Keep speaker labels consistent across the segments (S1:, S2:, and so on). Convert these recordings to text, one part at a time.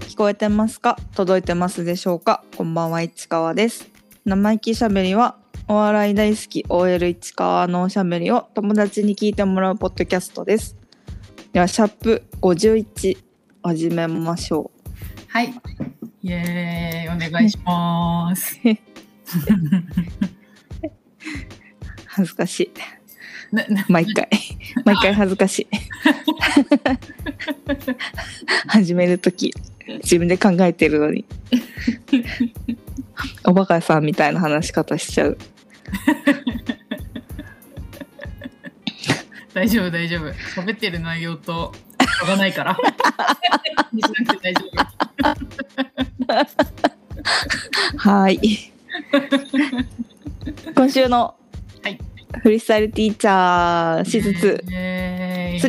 S1: 聞こえてますか届いてますでしょうかこんばんは市川です生意気しゃべりはお笑い大好き OL 市川のおしゃべりを友達に聞いてもらうポッドキャストですではシャープ51始めましょ
S2: はい。イエーイ、お願いします。
S1: う恥ずかしい
S2: なな
S1: 毎回毎回恥ずかしい始める時自分で考えてるのにおバカさんみたいな話し方しちゃう
S2: 大丈夫、大丈夫。喋ってる内容と、しょうがないから。気にしなくて大丈夫。
S1: はーい 今週の
S2: はい
S1: フリースタイルティーチャーシーズン2
S2: イエーイ。
S1: 3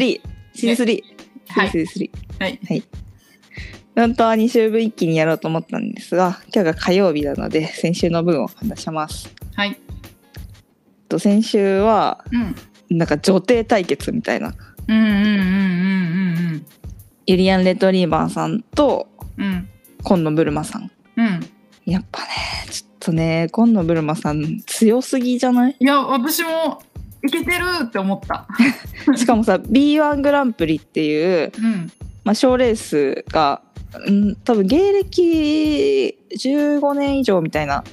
S1: シーズン3
S2: はい
S1: シーズン3
S2: はい。
S1: 本当は2週分一気にやろうと思ったんですが今日が火曜日なので先週の分を話します
S2: はい。
S1: と先週は
S2: うん。
S1: なんか女帝対決みたいな
S2: うんうんうんうんうん
S1: ユリアン・レトリーバーさんと
S2: うん。うん。
S1: 今野ブルマさん
S2: うん。
S1: やっぱねちょっとね今野ブルマさん強すぎじゃない
S2: いや、私も、いけてるって思った。
S1: しかもさ B1 グランプリっていう
S2: うん。
S1: まあ、賞レースが、うん、多分芸歴15年以上みたいなあ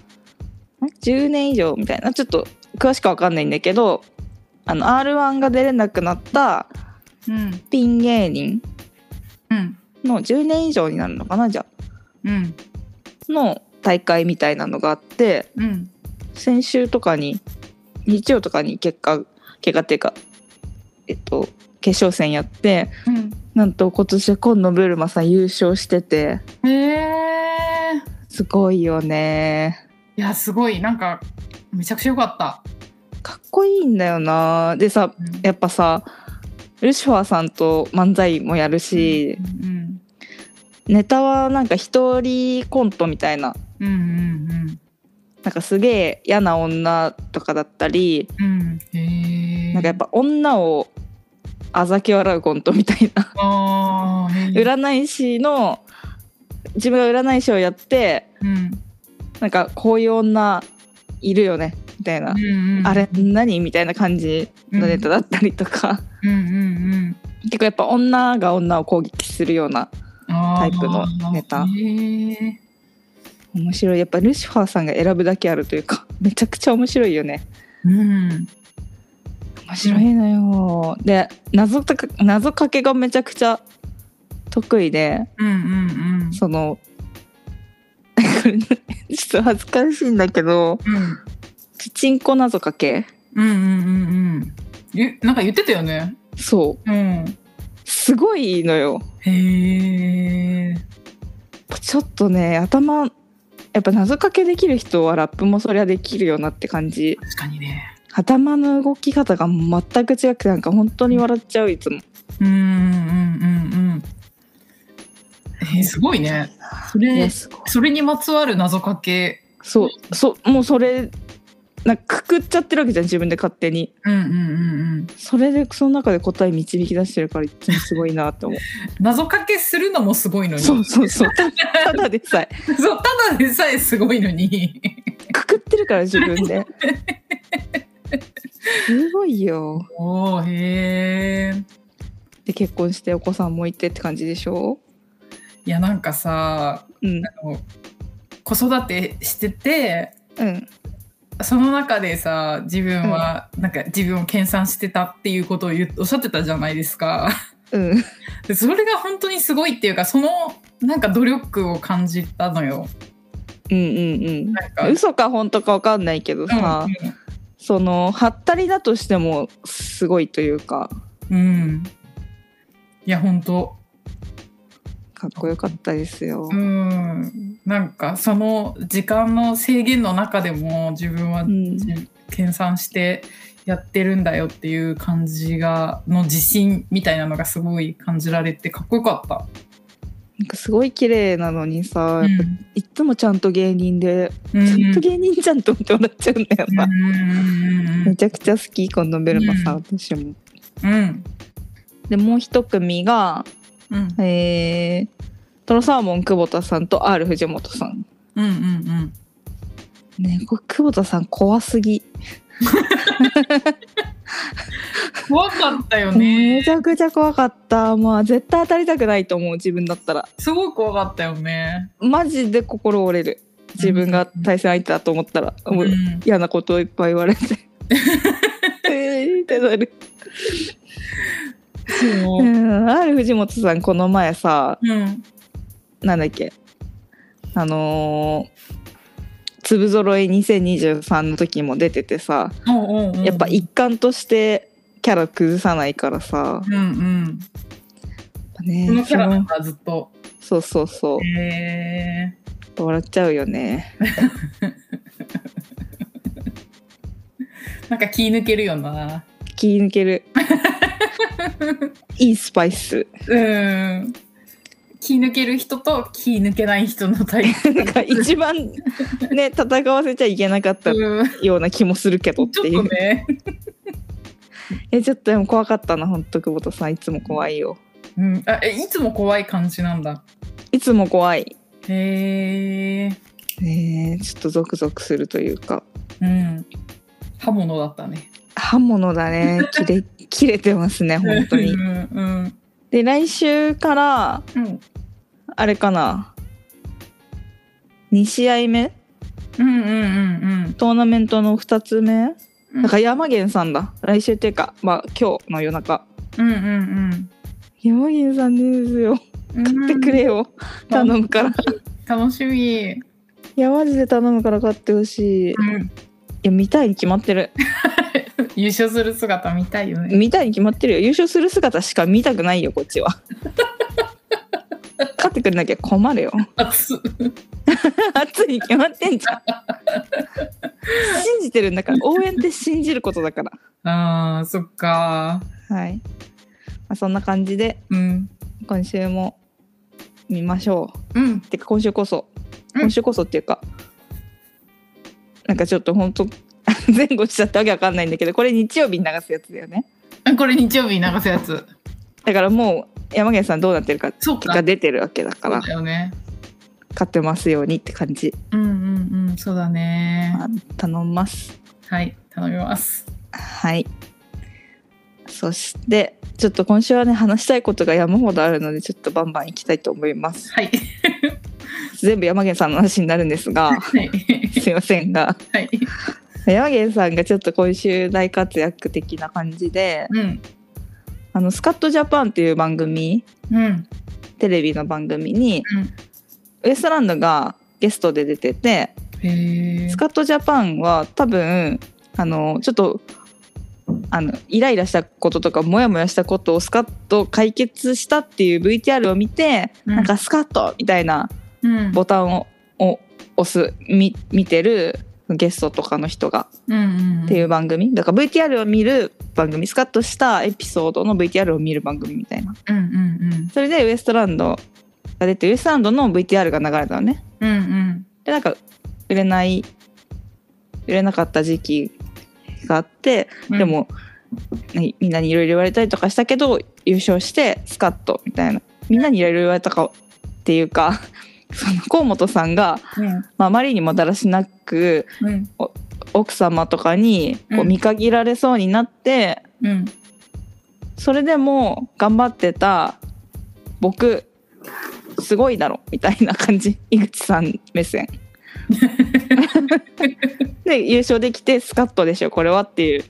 S1: 10年以上みたいなちょっと詳しくわかんないんだけどあの r 1が出れなくなった
S2: うん。
S1: ピン芸人
S2: うん。
S1: の10年以上になるのかなじゃ
S2: うん。
S1: あの大会みたいなのがあって
S2: うん。
S1: 先週とかに日曜とかに結果結果っていうかえっと決勝戦やって
S2: うん。
S1: なんと今年今野ブルマさん優勝してて
S2: へー。
S1: すごいよね
S2: いや、すごい。なんか、めちゃくちゃ良かった。
S1: かっこいいんだよなでさ
S2: うん
S1: やっぱさルシファーさんと漫才もやるし、
S2: うん。
S1: ネタはなんか一人コントみたいな
S2: うんうん
S1: なんかすげえ嫌な女とかだったり、
S2: うんうん。へえ。
S1: なんかやっぱ女をあざけ笑うコントみたいな
S2: ああ、へー。
S1: 占い師の自分が占い師をやって
S2: うん。
S1: なんかこういう女いるよねみたいな、
S2: うんうん。
S1: あれ何みたいな感じのネタだったりとか、
S2: うんうん
S1: 結構やっぱ女が女を攻撃するような
S2: うん。あ
S1: タ
S2: ー
S1: イプのネタ
S2: へえ。
S1: 面白いやっぱルシファーさんが選ぶだけあるというか めちゃくちゃ面白いよね
S2: うん。
S1: 面白いのよで謎とか謎かけがめちゃくちゃ得意で
S2: うんうんうん。
S1: その これちょっと恥ずかしいんだけど
S2: うん。
S1: チンコ謎かけ
S2: うんうんうんうん。ゆなんか言ってたよね。
S1: そう
S2: うん。
S1: すごいのよ
S2: へえ。
S1: ちょっとね頭やっぱ謎かけできる人はラップもそりゃできるよなって感じ
S2: 確かにね。
S1: 頭の動き方が全く違くてなんか本当に笑っちゃういつも
S2: うんうんうんうん。えー、すごいね。そ
S1: い
S2: れ
S1: や、すごい
S2: それにまつわる謎かけ。
S1: そう、そう、もうそれ、なんかくくっちゃってるわけじゃん、自分で勝手に。
S2: うんうんうんうん。
S1: それで、その中で答え導き出してるから、いつもすごいなって思 う。
S2: 謎かけするのもすごいのに。
S1: そうそうそう。たただでさえ、
S2: そうただでさえすごいのに
S1: くくってるから、自分 で。すごいよ。
S2: おーへえ
S1: で、結婚してお子さんもいてって感じでしょ
S2: いやなんかさ
S1: うん。
S2: あの子育てしてて
S1: うん。
S2: その中でさ自分は、なんか自分を研鑽してたっていうことを言うおっしゃってたじゃないですか
S1: うん。
S2: でそれが本当にすごいっていうかそのなんか努力を感じたのよ
S1: うんうん
S2: なんか
S1: うん。嘘か本当かわかんないけどさ、その、はったりだとしても、すごいというか、
S2: うん、うん、いや本当
S1: かっこよかったですよ。
S2: うんなんかその時間の制限の中でも自分は
S1: うん。
S2: 研鑽してやってるんだよっていう感じがの自信みたいなのがすごい感じられてかっこよかった。
S1: なんかすごい綺麗なのにさ、
S2: うん
S1: やっぱいつもちゃんと芸人で、
S2: うん
S1: ちゃんと芸人じゃんと思って笑っちゃうんだよな、
S2: うん
S1: めちゃくちゃ好きこのベルマさん、
S2: う
S1: 私も
S2: うん
S1: でもう一組が
S2: うん
S1: えー、トロサーモン久保田さんと R 藤本さん
S2: うんうんうん
S1: ねこれ久保田さん怖すぎ、
S2: 怖かったよね
S1: めちゃくちゃ怖かったまあ絶対当たりたくないと思う自分だったら
S2: すごい怖かったよね
S1: マジで心折れる自分が対戦相手だと思ったら、もう
S2: うん
S1: 嫌なことをいっぱい言われ てえーってなる
S2: そううん
S1: R 藤本さんこの前さ
S2: うん
S1: なんだっけあのー粒揃い2023の時も出ててさ、
S2: おうおうおう
S1: やっぱ一貫としてキャラ崩さないからさ、
S2: うんうん
S1: やっぱね
S2: このキャラなんだずっと
S1: そうそうそう
S2: へえ
S1: そう笑っちゃうよね
S2: なんか気抜けるよな
S1: 気抜け るいいスパイス
S2: うん気抜ける人と気抜けない人の対比
S1: なんか一番ね戦わせちゃいけなかった
S2: うん
S1: ような気もするけどって
S2: ちょっ
S1: い
S2: と
S1: う
S2: ね
S1: えちょっとでも怖かったなほんと久保田さんいつも怖いよ
S2: うんあえいつも怖い感じなんだ
S1: いつも怖い
S2: へえ
S1: ねえちょっとゾクゾクするというか
S2: うん刃物だったね
S1: 刃物だね切れ 切れてますね本当に
S2: うんうん
S1: で来週から
S2: うん
S1: あれかな2試合目
S2: うんうん
S1: トーナメントの2つ目
S2: うん
S1: なんか山源さんだ来週っていうかまあ今日の夜中
S2: うんうんうん
S1: 山源さんですよ
S2: うん
S1: 買ってくれよ、頼むから
S2: 楽しみ、
S1: いやマジで頼むから買ってほしいいや見たいに決まってる
S2: 優勝する姿見たいよね
S1: 見たいに決まってるよ優勝する姿しか見たくないよこっち は勝ってくれなきゃ困るよ
S2: 熱っ
S1: 熱いに決まってんじゃん信じてるんだから応援って信じることだから
S2: あーそっか
S1: はい、まあ、そんな感じで
S2: うん
S1: 今週も見ましょ
S2: うん
S1: うてか今週こそ
S2: うん
S1: 今週こそっていうか、なんかちょっとほんと 前後しちゃったわけわかんないんだけどこれ日曜日に流すやつだよね
S2: これ日曜日に流すやつ
S1: だからもう山源さんどうなってるか
S2: そう
S1: 結
S2: か
S1: 果出てるわけだか
S2: そう
S1: ら
S2: だよね
S1: 買ってますようにって感じ、
S2: うんうんうんそうだね
S1: まあ頼みます
S2: はい頼みます
S1: はいそしてちょっと今週はね話したいことが山ほどあるのでちょっとバンバン行きたいと思います
S2: はい
S1: 全部山源さんの話になるんですが
S2: はい
S1: すいませんが
S2: はい
S1: 山源さんがちょっと今週大活躍的な感じで
S2: うん
S1: 「あのスカットジャパン」っていう番組
S2: うん
S1: テレビの番組に
S2: うん
S1: ウエストランドがゲストで出てて
S2: へえ
S1: スカットジャパンは多分あのちょっとあのイライラしたこととかモヤモヤしたことをスカッと解決したっていう VTR を見て、
S2: うん
S1: なんかスカッとみたいな
S2: うん
S1: ボタンをを押すみ見てるゲストとかの人が
S2: うんうん
S1: っていう番組だから VTR を見る番組スカッとしたエピソードの VTR を見る番組みたいな
S2: うんうん
S1: それでウエストランドが出てウエストランドの VTR が流れたのね
S2: うんうんうん
S1: でなんか売れない売れなかった時期があって
S2: うん
S1: でも、ねみんなにいろいろ言われたりとかしたけど優勝してスカッとみたいなみんなにいろいろ言われたかっていうか その河本さんが、
S2: うん
S1: まああまりにもだらしなく
S2: うん
S1: 奥様とかにこ
S2: う
S1: うん見限られそうになって、
S2: うん
S1: それでも頑張ってた僕すごいだろみたいな感じ井口さん目線で優勝できてスカッとでしょこれはっていう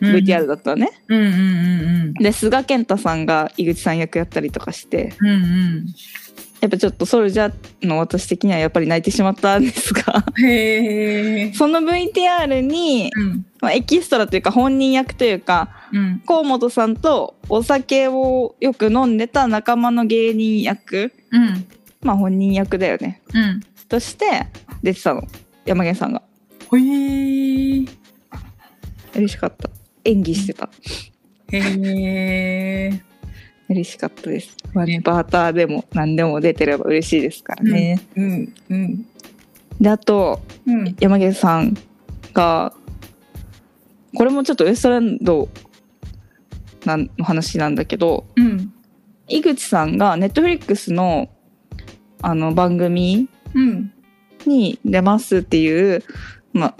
S1: VTR だったのね、
S2: うんうんうん
S1: で菅健太さんが井口さん役やったりとかして
S2: うんうん
S1: やっぱちょっとソルジャーの私的にはやっぱり泣いてしまったんですが
S2: うんへえ
S1: その VTR に、
S2: うん
S1: まあ、エキストラというか本人役というか
S2: うん
S1: 河本さんとお酒をよく飲んでた仲間の芸人役
S2: うん
S1: まあ本人役だよね
S2: うん
S1: として出てたの山源さんが
S2: ほいー
S1: 嬉しかった演技してた
S2: へえ
S1: 嬉しかったです、まあね、バーターでも何でも出てれば嬉しいですからね、
S2: うんうん
S1: であと
S2: うん
S1: 山源さんがこれもちょっとウエストランドなんの話なんだけど
S2: うん
S1: 井口さんがネットフリックスのあの番組
S2: うん
S1: に出ますっていう、まあ、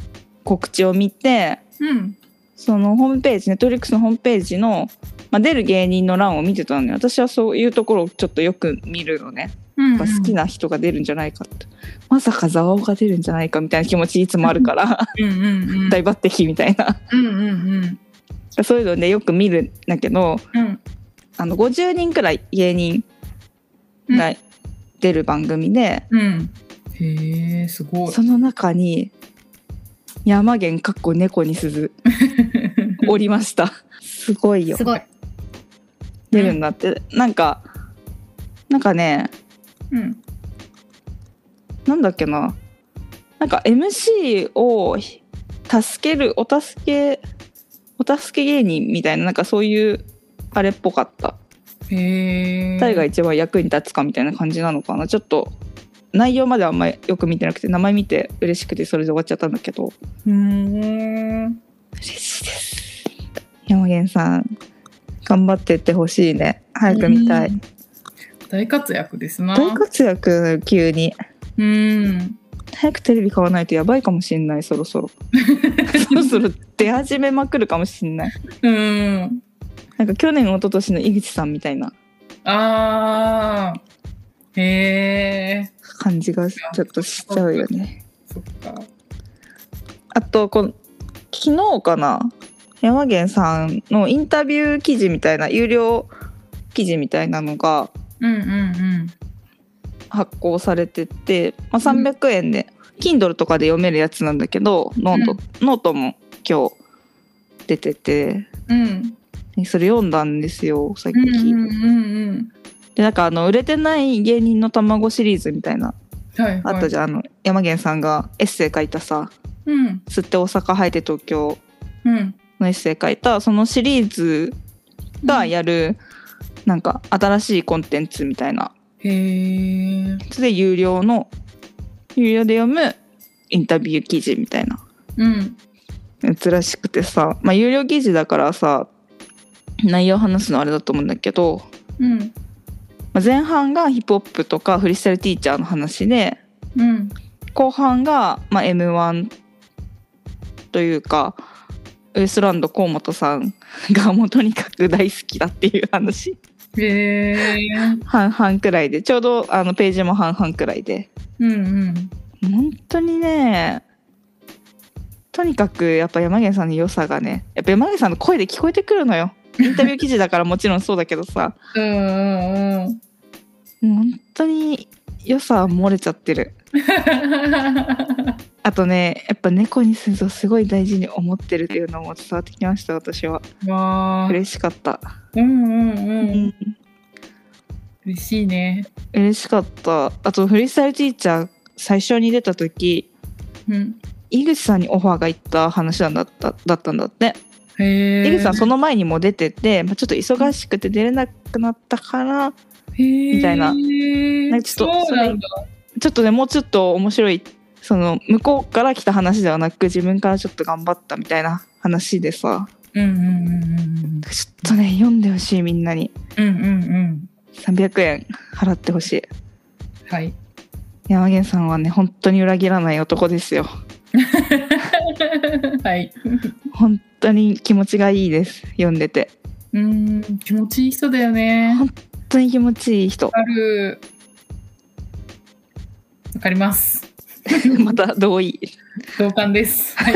S1: 告知を見て
S2: うん
S1: そのホームページネットフリックスのホームページの、まあ、出る芸人の欄を見てたので私はそういうところをちょっとよく見るのね
S2: うん
S1: やっぱ好きな人が出るんじゃないかって、まさかザワオが出るんじゃないかみたいな気持ちいつもあるから
S2: うんうんうん
S1: 大抜擢みたいな
S2: うんうん
S1: そういうのでよく見るんだけど
S2: うん
S1: あの50人くらい芸人
S2: うん
S1: が出る番組で、
S2: うんへえすごい
S1: その中に山源かっこ猫に鈴おりましたすごいよ
S3: すごい。
S1: 出るんだって、なんかなんかね
S2: うん
S1: なんだっけななんか MC を助けるお助けお助け芸人みたいななんかそういうあれっぽかった
S2: へえ
S1: 誰が一番役に立つかみたいな感じなのかなちょっと内容まではあんまりよく見てなくて名前見て嬉しくてそれで終わっちゃったんだけど
S2: うーん
S1: 嬉しいです山源さん頑張ってってほしいね早く見たい、
S2: うん大活躍ですな
S1: 大活躍急に
S2: うん
S1: 早くテレビ買わないとやばいかもしんないそろ そろそろそろ出始めまくるかもしんない
S2: うん
S1: なんか去年一昨年の井口さんみたいな
S2: あーへえ
S1: 感じがちょっとしちゃうよね
S2: そっか
S1: あとこの昨日かな山源さんのインタビュー記事みたいな有料記事みたいなのが
S2: うんうんうん
S1: 発行されてて、まあ、300円で、Kindle とかで読めるやつなんだけどノート,、ノートも今日出てて
S2: うん
S1: それ読んだんですよさっき。
S2: うんうんうん
S1: でなんかあの売れてない芸人の卵シリーズみたいな
S2: うんはいはい
S1: あったじゃん、あの山源さんがエッセイ書いたさ
S2: うん
S1: 「吸って大阪生えて東京
S2: うん」
S1: のエッセイ書いたそのシリーズがやる、なんか新しいコンテンツみたいな
S2: へえ
S1: やつで有料の有料で読むインタビュー記事みたいな
S2: うん
S1: やつらしくてさまあ有料記事だからさ内容話すのあれだと思うんだけど、
S2: うん
S1: まあ、前半がヒップホップとかフリースタイルティーチャーの話で
S2: うん
S1: 後半が、まあ、m 1というかウエストランド河本さんがもうとにかく大好きだっていう話
S2: へえ
S1: 半々くらいでちょうどあのページも半々くらいで
S2: うんうん
S1: 本当にねとにかくやっぱ山源さんの良さがねやっぱ山源さんの声で聞こえてくるのよインタビュー記事だから もちろんそうだけどさ
S2: うんうんうん
S1: もう本当に良さは漏れちゃってるあとねやっぱ猫にするとすごい大事に思ってるっていうのも伝わってきました私は
S2: わあ、
S1: 嬉しかった、
S2: うんうん
S1: う
S2: うん、、嬉しいね。
S1: 嬉しかったあとフリースタイルティーチャー最初に出た時
S2: うん、
S1: 井口さんにオファーがいった話なんだっただったんだって、
S2: へえ。
S1: 井口さんその前にも出てて、まあ、ちょっと忙しくて出れなくなったから
S2: み
S1: みたいな
S2: なん
S1: かちょっと
S2: そうなんだ。
S1: ちょっとねもうちょっと面白いその向こうから来た話ではなく自分からちょっと頑張ったみたいな話でさ
S2: うんうんうん
S1: ちょっとね読んでほしいみんなに
S2: うんうんうんうん。
S1: 300円払ってほしい
S2: はい。
S1: 山源さんはね本当に裏切らない男ですよ
S2: はい。
S1: 本当に気持ちがいいです読んでて
S2: うん、気持ちいい人だよね。
S1: 本当に気持ちいい人
S2: ある。わかります。
S1: また同意、
S2: 同感です。はい。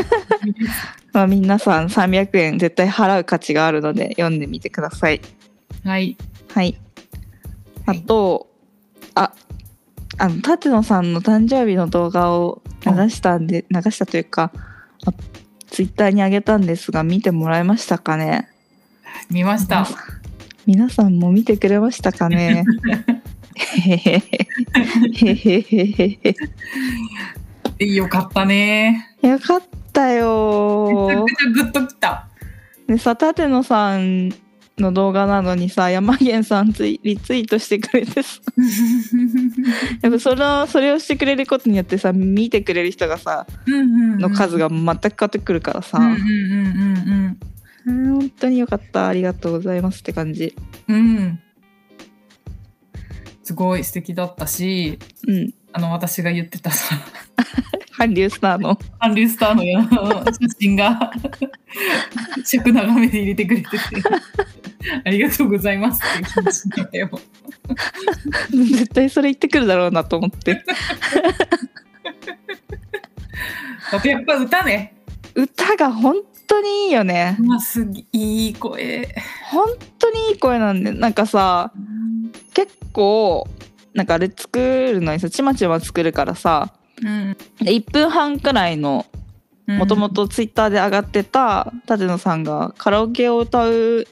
S1: まあ、皆さん300円絶対払う価値があるので読んでみてください
S2: はい。
S1: はいあ
S2: はい
S1: と、ああの舘野さんの誕生日の動画を流したんで流したというかあツイッターにあげたんですが見てもらえましたかね
S2: 見ました。
S1: 皆さんも見てくれましたかねへへへへへへへ
S2: えよかったね。
S1: よかった
S2: め ちゃ
S1: よ
S2: くちゃグッときた。
S1: でさ舘野さんの動画なのにさ山源さんツイリツイートしてくれて さやっぱそのそれをしてくれることによってさ見てくれる人がさ
S2: うんうんうん
S1: の数が全く変わってくるからさ、
S2: うんうんうんうんうん。
S1: うん本当によかったありがとうございますって感じ
S2: うん。すごい素敵だったし
S1: うん。
S2: あの私が言ってたさ
S1: 韓流スターの。
S2: 韓流スターのあの写真が尺長めで入れてくれててありがとうございますっていう気持ちになったよ。
S1: 絶対それ言ってくるだろうなと思って。
S2: あとやっぱ歌ね
S1: 歌が本当にいいよね
S2: う。ますぎいい声。
S1: 本当にいい声なんで、なんかさ、結構、なんかあれ作るのにさ、ちまちま作るからさ、
S2: うん
S1: 1分半くらいの、もともとツイッターで上がってた舘野さんがカラオケを歌う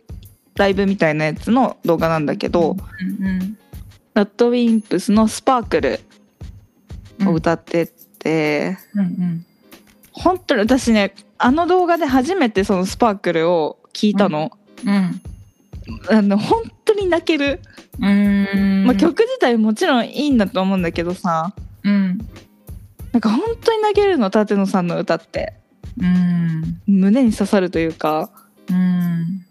S1: ライブみたいなやつの動画なんだけど、
S2: うんうん
S1: ラッドウィンプスの「スパークル
S2: うん
S1: を歌ってて、
S2: うんうん
S1: 本当に私ねあの動画で初めてその「スパークルを聞いたの,、
S2: うん
S1: あの本当に泣ける、
S2: うーん
S1: まあ、曲自体もちろんいいんだと思うんだけどさ
S2: うん
S1: なんか本当に泣けるの舘野さんの歌って
S2: うん
S1: 胸に刺さるというか
S2: うん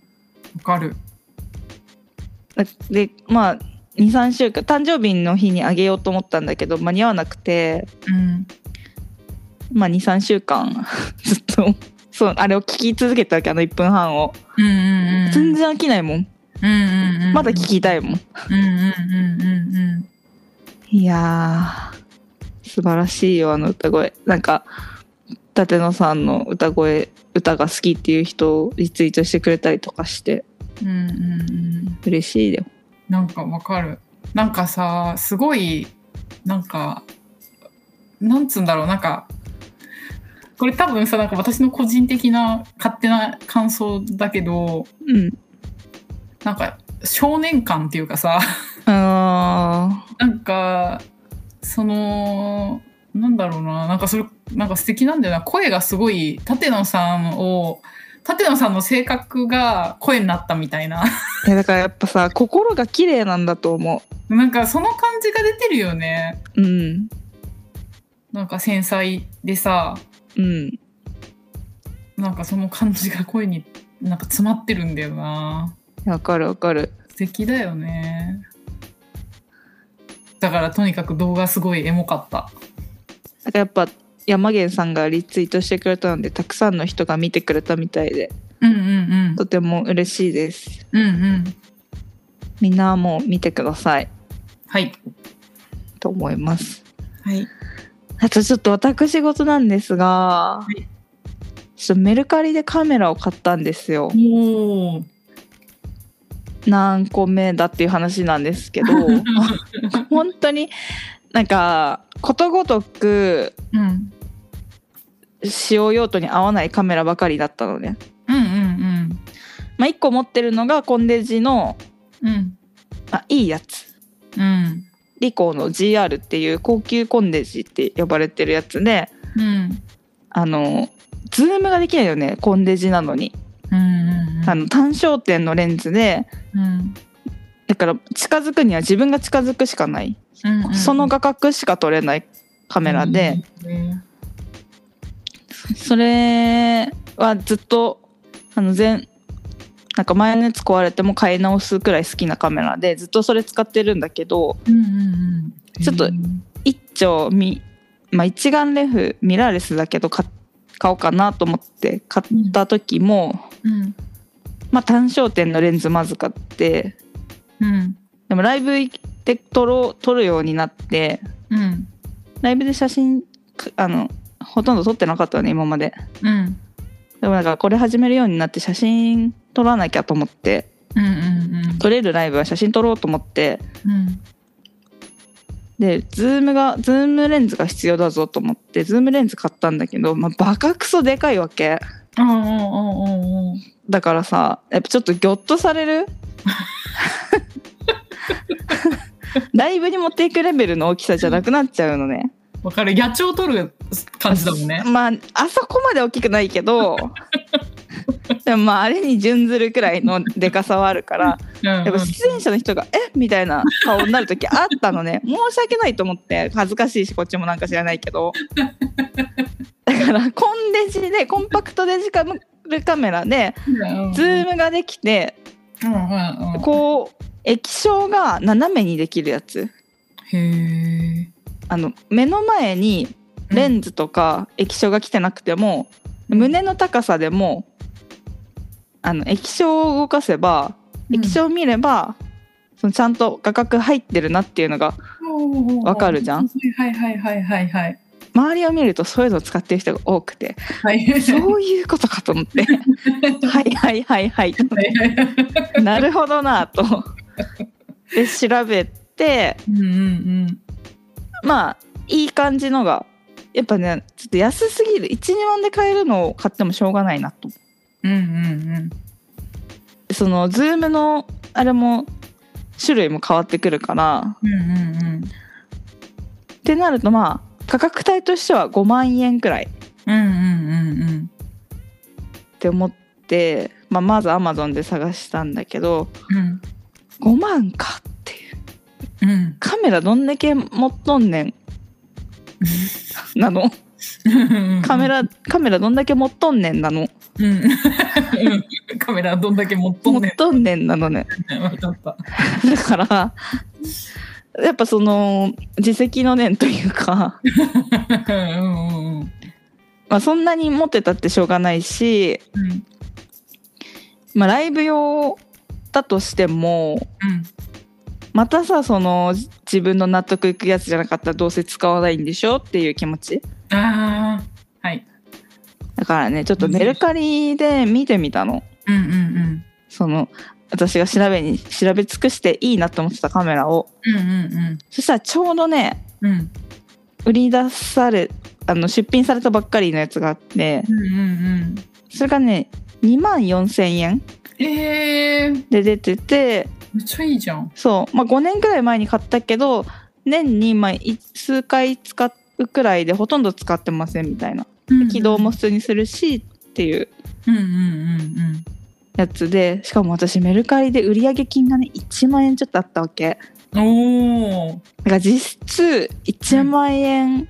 S2: わかる
S1: だでまあ23週間誕生日の日にあげようと思ったんだけど間に合わなくて、
S2: うん
S1: まあ、23週間 ずっとそうあれを聞き続けたわけあの1分半を、
S2: うんうんうん
S1: 全然飽きないもん
S2: うんうんうん
S1: まだ聞きたいもん、
S2: うんうんうんうんうん
S1: いやー素晴らしいよあの歌声なんか舘野さんの歌声歌が好きっていう人をリツイートしてくれたりとかして
S2: うんうんうん
S1: 嬉しいよ
S2: なんかわかるなんかさすごいなんかなんつうんだろうなんかこれ多分さなんか私の個人的な勝手な感想だけど
S1: うん
S2: なんか少年感っていうかさ
S1: あ
S2: なんかそのなんだろうななんかそれなんか素敵なんだよな声がすごい舘野さんを舘野さんの性格が声になったみたいな
S1: ーいやだからやっぱさ心が綺麗なんだと思
S2: なんかその感じが出てるよね
S1: ううん
S2: なんか繊細でさ
S1: うん
S2: なんかその感じが声になんか詰まってるんだよな
S1: わかるわかる
S2: 素敵だよねだからとにかく動画すごいエモかった
S1: だからやっぱ山源さんがリツイートしてくれたのでたくさんの人が見てくれたみたいで
S2: うんうん
S1: とても嬉しいです
S2: うんうんうん
S1: みんなも見てください
S2: はい
S1: と思います
S2: はい
S1: あとちょっと私事なんですが、
S2: い
S1: ちょっとメルカリでカメラを買ったんですよ。
S2: おお
S1: 何個目だっていう話なんです けど、本当になんかことごとく
S2: うん
S1: 使用用途に合わないカメラばかりだったのね。
S2: うんうん
S1: まあ、1個持ってるのがコンデジの
S2: うんうん
S1: あいいやつ。
S2: うん
S1: リコーの GR っていう高級コンデジって呼ばれてるやつで、
S2: うん
S1: あの、ズームができないよね、コンデジなのに。
S2: うん
S1: あの、単焦点のレンズで、
S2: うん
S1: だから近づくには自分が近づくしかない、
S2: うんうん
S1: その画角しか撮れないカメラで、
S2: うん
S1: それはずっとあの前なんか前のやつ壊れても買い直すくらい好きなカメラでずっとそれ使ってるんだけど
S2: うんうんうん
S1: ちょっと
S2: うん
S1: 一丁み、まあ、一眼レフミラーレスだけど買買おうかなと思って買った時も、
S2: うん
S1: まあ、単焦点のレンズまず買って
S2: うん
S1: でもライブで撮ろう撮るようになって
S2: うん
S1: ライブで写真かあのほとんど撮ってなかったよね今まで
S2: うん
S1: でもなんかこれ始めるようになって写真撮らなきゃと思って
S2: うんうん
S1: 撮れるライブは写真撮ろうと思って
S2: うん
S1: でズームがズームレンズが必要だぞと思ってズームレンズ買ったんだけど、まあ、バカクソでかいわけ
S2: あああああ
S1: だからさやっぱちょっとギョッとされるライブに持っていくレベルの大きさじゃなくなっちゃうのね
S2: あわかる野鳥取る感じだもんね
S1: まああそこまで大きくないけどでもまああれに準ずるくらいのでかさはあるから
S2: や
S1: やっぱ出演者の人が「えみたいな顔になる時あったのね 申し訳ないと思って恥ずかしいしこっちもなんか知らないけど だからコンデジでコンパクトデジカルカメラでズームができて
S2: うんうんうん
S1: こう液晶が斜めにできるやつ
S2: へえ。
S1: あの目の前にレンズとか液晶が来てなくても、
S2: うん
S1: 胸の高さでもあの液晶を動かせば液晶を見れば、そのちゃんと画角入ってるなっていうのがわ
S2: わ
S1: かるじゃん。
S2: はいはいはいはいはい。
S1: 周りを見るとそういうのを使ってる人が多くて
S2: はい。
S1: そういうことかと思って はいはいはいはい
S2: はいはいはい
S1: なるほどなと。で調べて
S2: うんうん
S1: まあいい感じのがやっぱねちょっと安すぎる12万で買えるのを買ってもしょうがないなと
S2: うん。うんうんうん。
S1: そのズームのあれも種類も変わってくるから
S2: うんうんうん。
S1: ってなるとまあ価格帯としては5万円くらいっ
S2: うんうんうんうん。
S1: て思って、まあ、まずアマゾンで探したんだけど
S2: うん
S1: 5万かっていう
S2: うん。
S1: カメラどんだけ持っとんねんなのカメ。ラカメラどんだけ持っとんねんなの
S2: うん。うんカメラどんだけ持っと
S1: 持
S2: ん
S1: っ
S2: ね
S1: とんねんなのね
S2: ん。わかった。
S1: だからやっぱその自責の念というか、
S2: うんうんうん。
S1: まあ、そんなに持ってたってしょうがないし
S2: うん
S1: まあ、ライブ用だとしても
S2: うん。
S1: またさそのじ自分の納得いくやつじゃなかったらどうせ使わないんでしょっていう気持ち
S2: ああ、はい。
S1: だからねちょっとメルカリで見てみたの
S2: うんうんうん。
S1: その私が調べに調べ尽くしていいなと思ってたカメラを
S2: うんうん
S1: そしたらちょうどね
S2: うん。うん
S1: 売り出されあの出品されたばっかりのやつがあって
S2: うんうんうん。
S1: それがね2万4,000円
S2: ええー、
S1: で出てて
S2: めっちゃいいじゃん。
S1: そう、まあ、5年くらい前に買ったけど年にまあい数回使うくらいでほとんど使ってませんみたいな起動も普通にするしっていう
S2: うんうんうん
S1: やつでしかも私メルカリで売上金がね1万円ちょっとあったわけ
S2: うん。おお。
S1: だから実質1万円、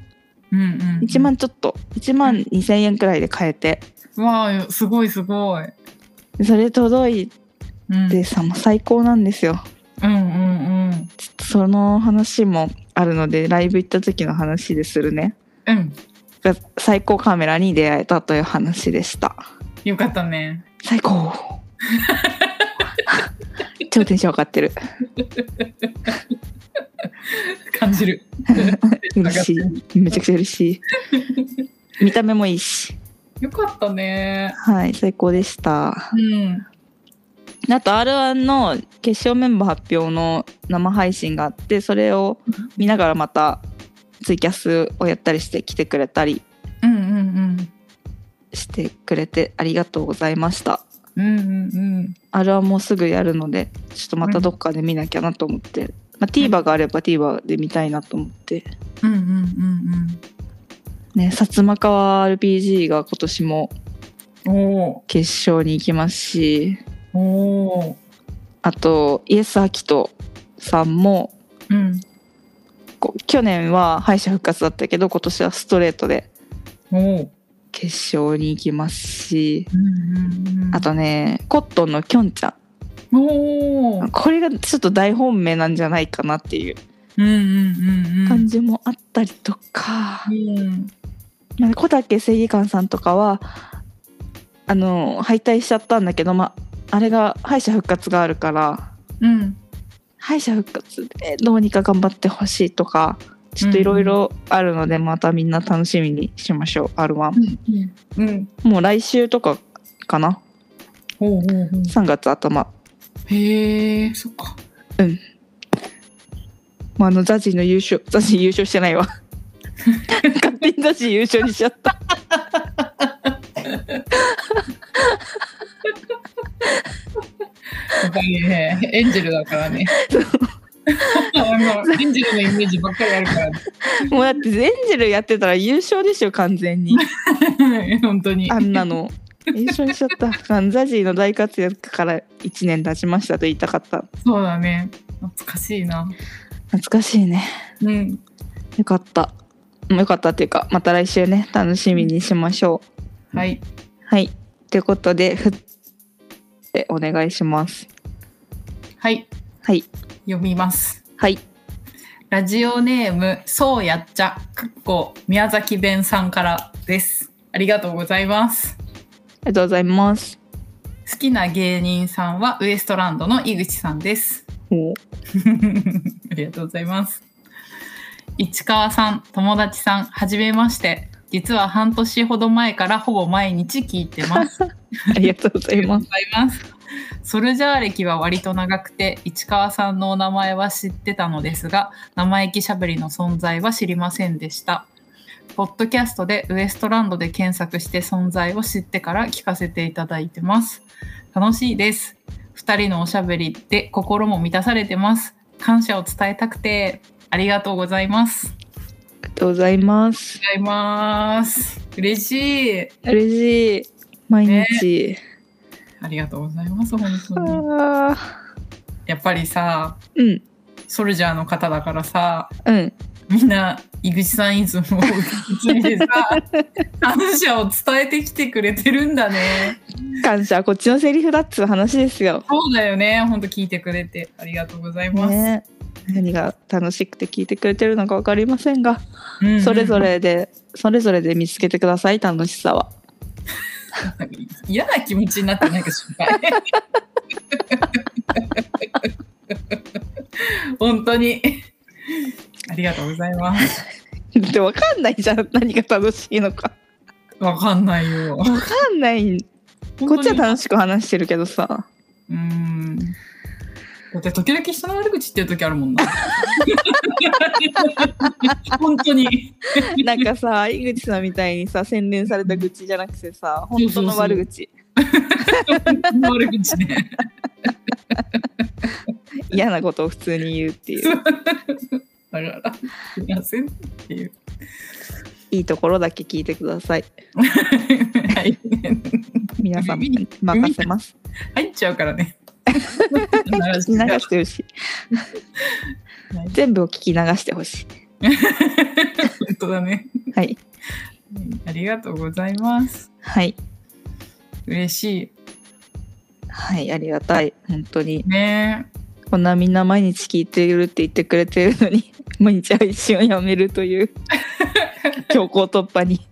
S2: うんうん、うん。
S1: 1万ちょっと1万2,000円くらいで買えて
S2: わあ、すごいすごい。
S1: でそれ届い
S2: うん、
S1: てさもう最高なんですよ
S2: うんうんうん。
S1: ちょっとその話もあるのでライブ行った時の話でするね
S2: うん。
S1: が最高カメラに出会えたという話でした
S2: よかったね。
S1: 最高超テンション上がってる
S2: 感 じる。
S1: 嬉しいめちゃくちゃ嬉しい見た目もいいし
S2: よかったね。
S1: はい最高でした
S2: うん。
S1: あと r 1の決勝メンバー発表の生配信があってそれを見ながらまたツイキャスをやったりして来てくれたり
S2: うんうん
S1: してくれてありがとうございました
S2: うん。うんうん
S1: r 1もうすぐやるのでちょっとまたどっかで見なきゃなと思って、まあ、TVer があれば TVer で見たいなと思って
S2: うん。うんうんうん
S1: ね薩摩川 RPG が今年も
S2: うん。お
S1: 決勝に行きますし
S2: お。おお。
S1: あとイエス・アキトさんも
S2: うん。
S1: こう去年は敗者復活だったけど今年はストレートで
S2: おお。
S1: 決勝に行きますし
S2: うんうんうん。
S1: あとねコットンのきょんちゃ
S2: おお
S1: ん。これがちょっと大本命なんじゃないかなっていう
S2: うんうんうん
S1: 感じもあったりとか、
S2: うん。うん。
S1: なんか小竹正義感さんとかはあの敗退しちゃったんだけど、まあ、あれが敗者復活があるから
S2: うん。
S1: 敗者復活でどうにか頑張ってほしいとかちょっといろいろあるのでまたみんな楽しみにしましょう R1
S2: うん。うん。
S1: もう来週とかかな
S2: おうおうおう
S1: 3月頭、
S2: へえ、そっか。
S1: まあ、あのザジの優勝ザジ優勝してないわ勝手にザジ優勝にしちゃった
S2: やっぱりね、 エンジェルだからね。あの エンジェルのイメージばっかりあるから、
S1: もうだってエンジェルやってたら優勝でしょ完全に
S2: ね、 本当に。
S1: あんなの優勝にしちゃったザジの大活躍から1年経ちましたと言いたかった
S2: そうだね。懐かしいな。
S1: 懐かしいね
S2: うん。
S1: よかった。よかったっていうか、また来週ね、楽しみにしましょ
S2: はい。
S1: う。はい。ということで、ふでお願いします。
S2: はい。
S1: はい。
S2: 読みます。
S1: はい。
S2: ラジオネーム、そうやっちゃ、かっこ、宮崎弁さんからです。ありがとうございます。
S1: りがとうございます。
S2: 好きな芸人さんはウエストランドの井口さんです。
S1: お
S2: ありがとうございます。市川さん、友達さん、はじめまして。実は半年ほど前からほぼ毎日聞いてます。あ
S1: ありがとうございます。
S2: ございます。ソルジャー歴は割と長くて、市川さんのお名前は知ってたのですが、生意気しゃべりの存在は知りませんでした。ポッドキャストでウエストランドで検索して存在を知ってから聞かせていただいてます。楽しいです。二人のおしゃべりで心も満たされてます。感謝を伝えたくて、ありがとうございます。
S1: ありがとうございます。
S2: ありがとうございます。嬉しい。
S1: 嬉しい。毎日。
S2: ありがとうございます。本
S1: あ
S2: 当 に。
S1: あ
S2: やっぱりさ、
S1: ー。うん。
S2: ソルジャーの方だからさ、
S1: うん。
S2: みんな井口さんイズムを受け継いでさ感謝を伝えてきてくれてるんだね
S1: 感謝。こっちのセリフだっつう話ですよ。
S2: そうだよねほんと聞いてくれてありがとうございます、
S1: ね。何が楽しくて聞いてくれてるのか分かりませんが、
S2: うんうん
S1: それぞれで、それぞれで見つけてください、楽しさは。
S2: なんか嫌な気持ちになってないか心配本当にありがとうございます
S1: で、分かんないじゃん。何が楽しいのか。
S2: わかんないよ
S1: 分かんない。こっちは楽しく話してるけどさ。
S2: うんだって時々人の悪口言ってる時あるもんな 本当に
S1: なんかさ、井口さんみたいにさ、洗練された愚痴じゃなくてさ、本当の悪口。
S2: 悪口ね。
S1: 嫌なことを普通に言うっていう
S2: だから、すいませんっていう。
S1: いいところだけ聞いてください
S2: はい。
S1: 皆さんに任せます
S2: 入っちゃうからね。
S1: 聞き流してほし い
S2: はい
S1: 全部を聞き流してほし
S2: 本当だね。
S1: いはい
S2: ありがとうございます。
S1: はい
S2: 嬉し
S1: はいありがたい本当に
S2: い。ね
S1: こんなみんな毎日聞いてるって言ってくれてるのに 毎日配信をやめると いう強行突破に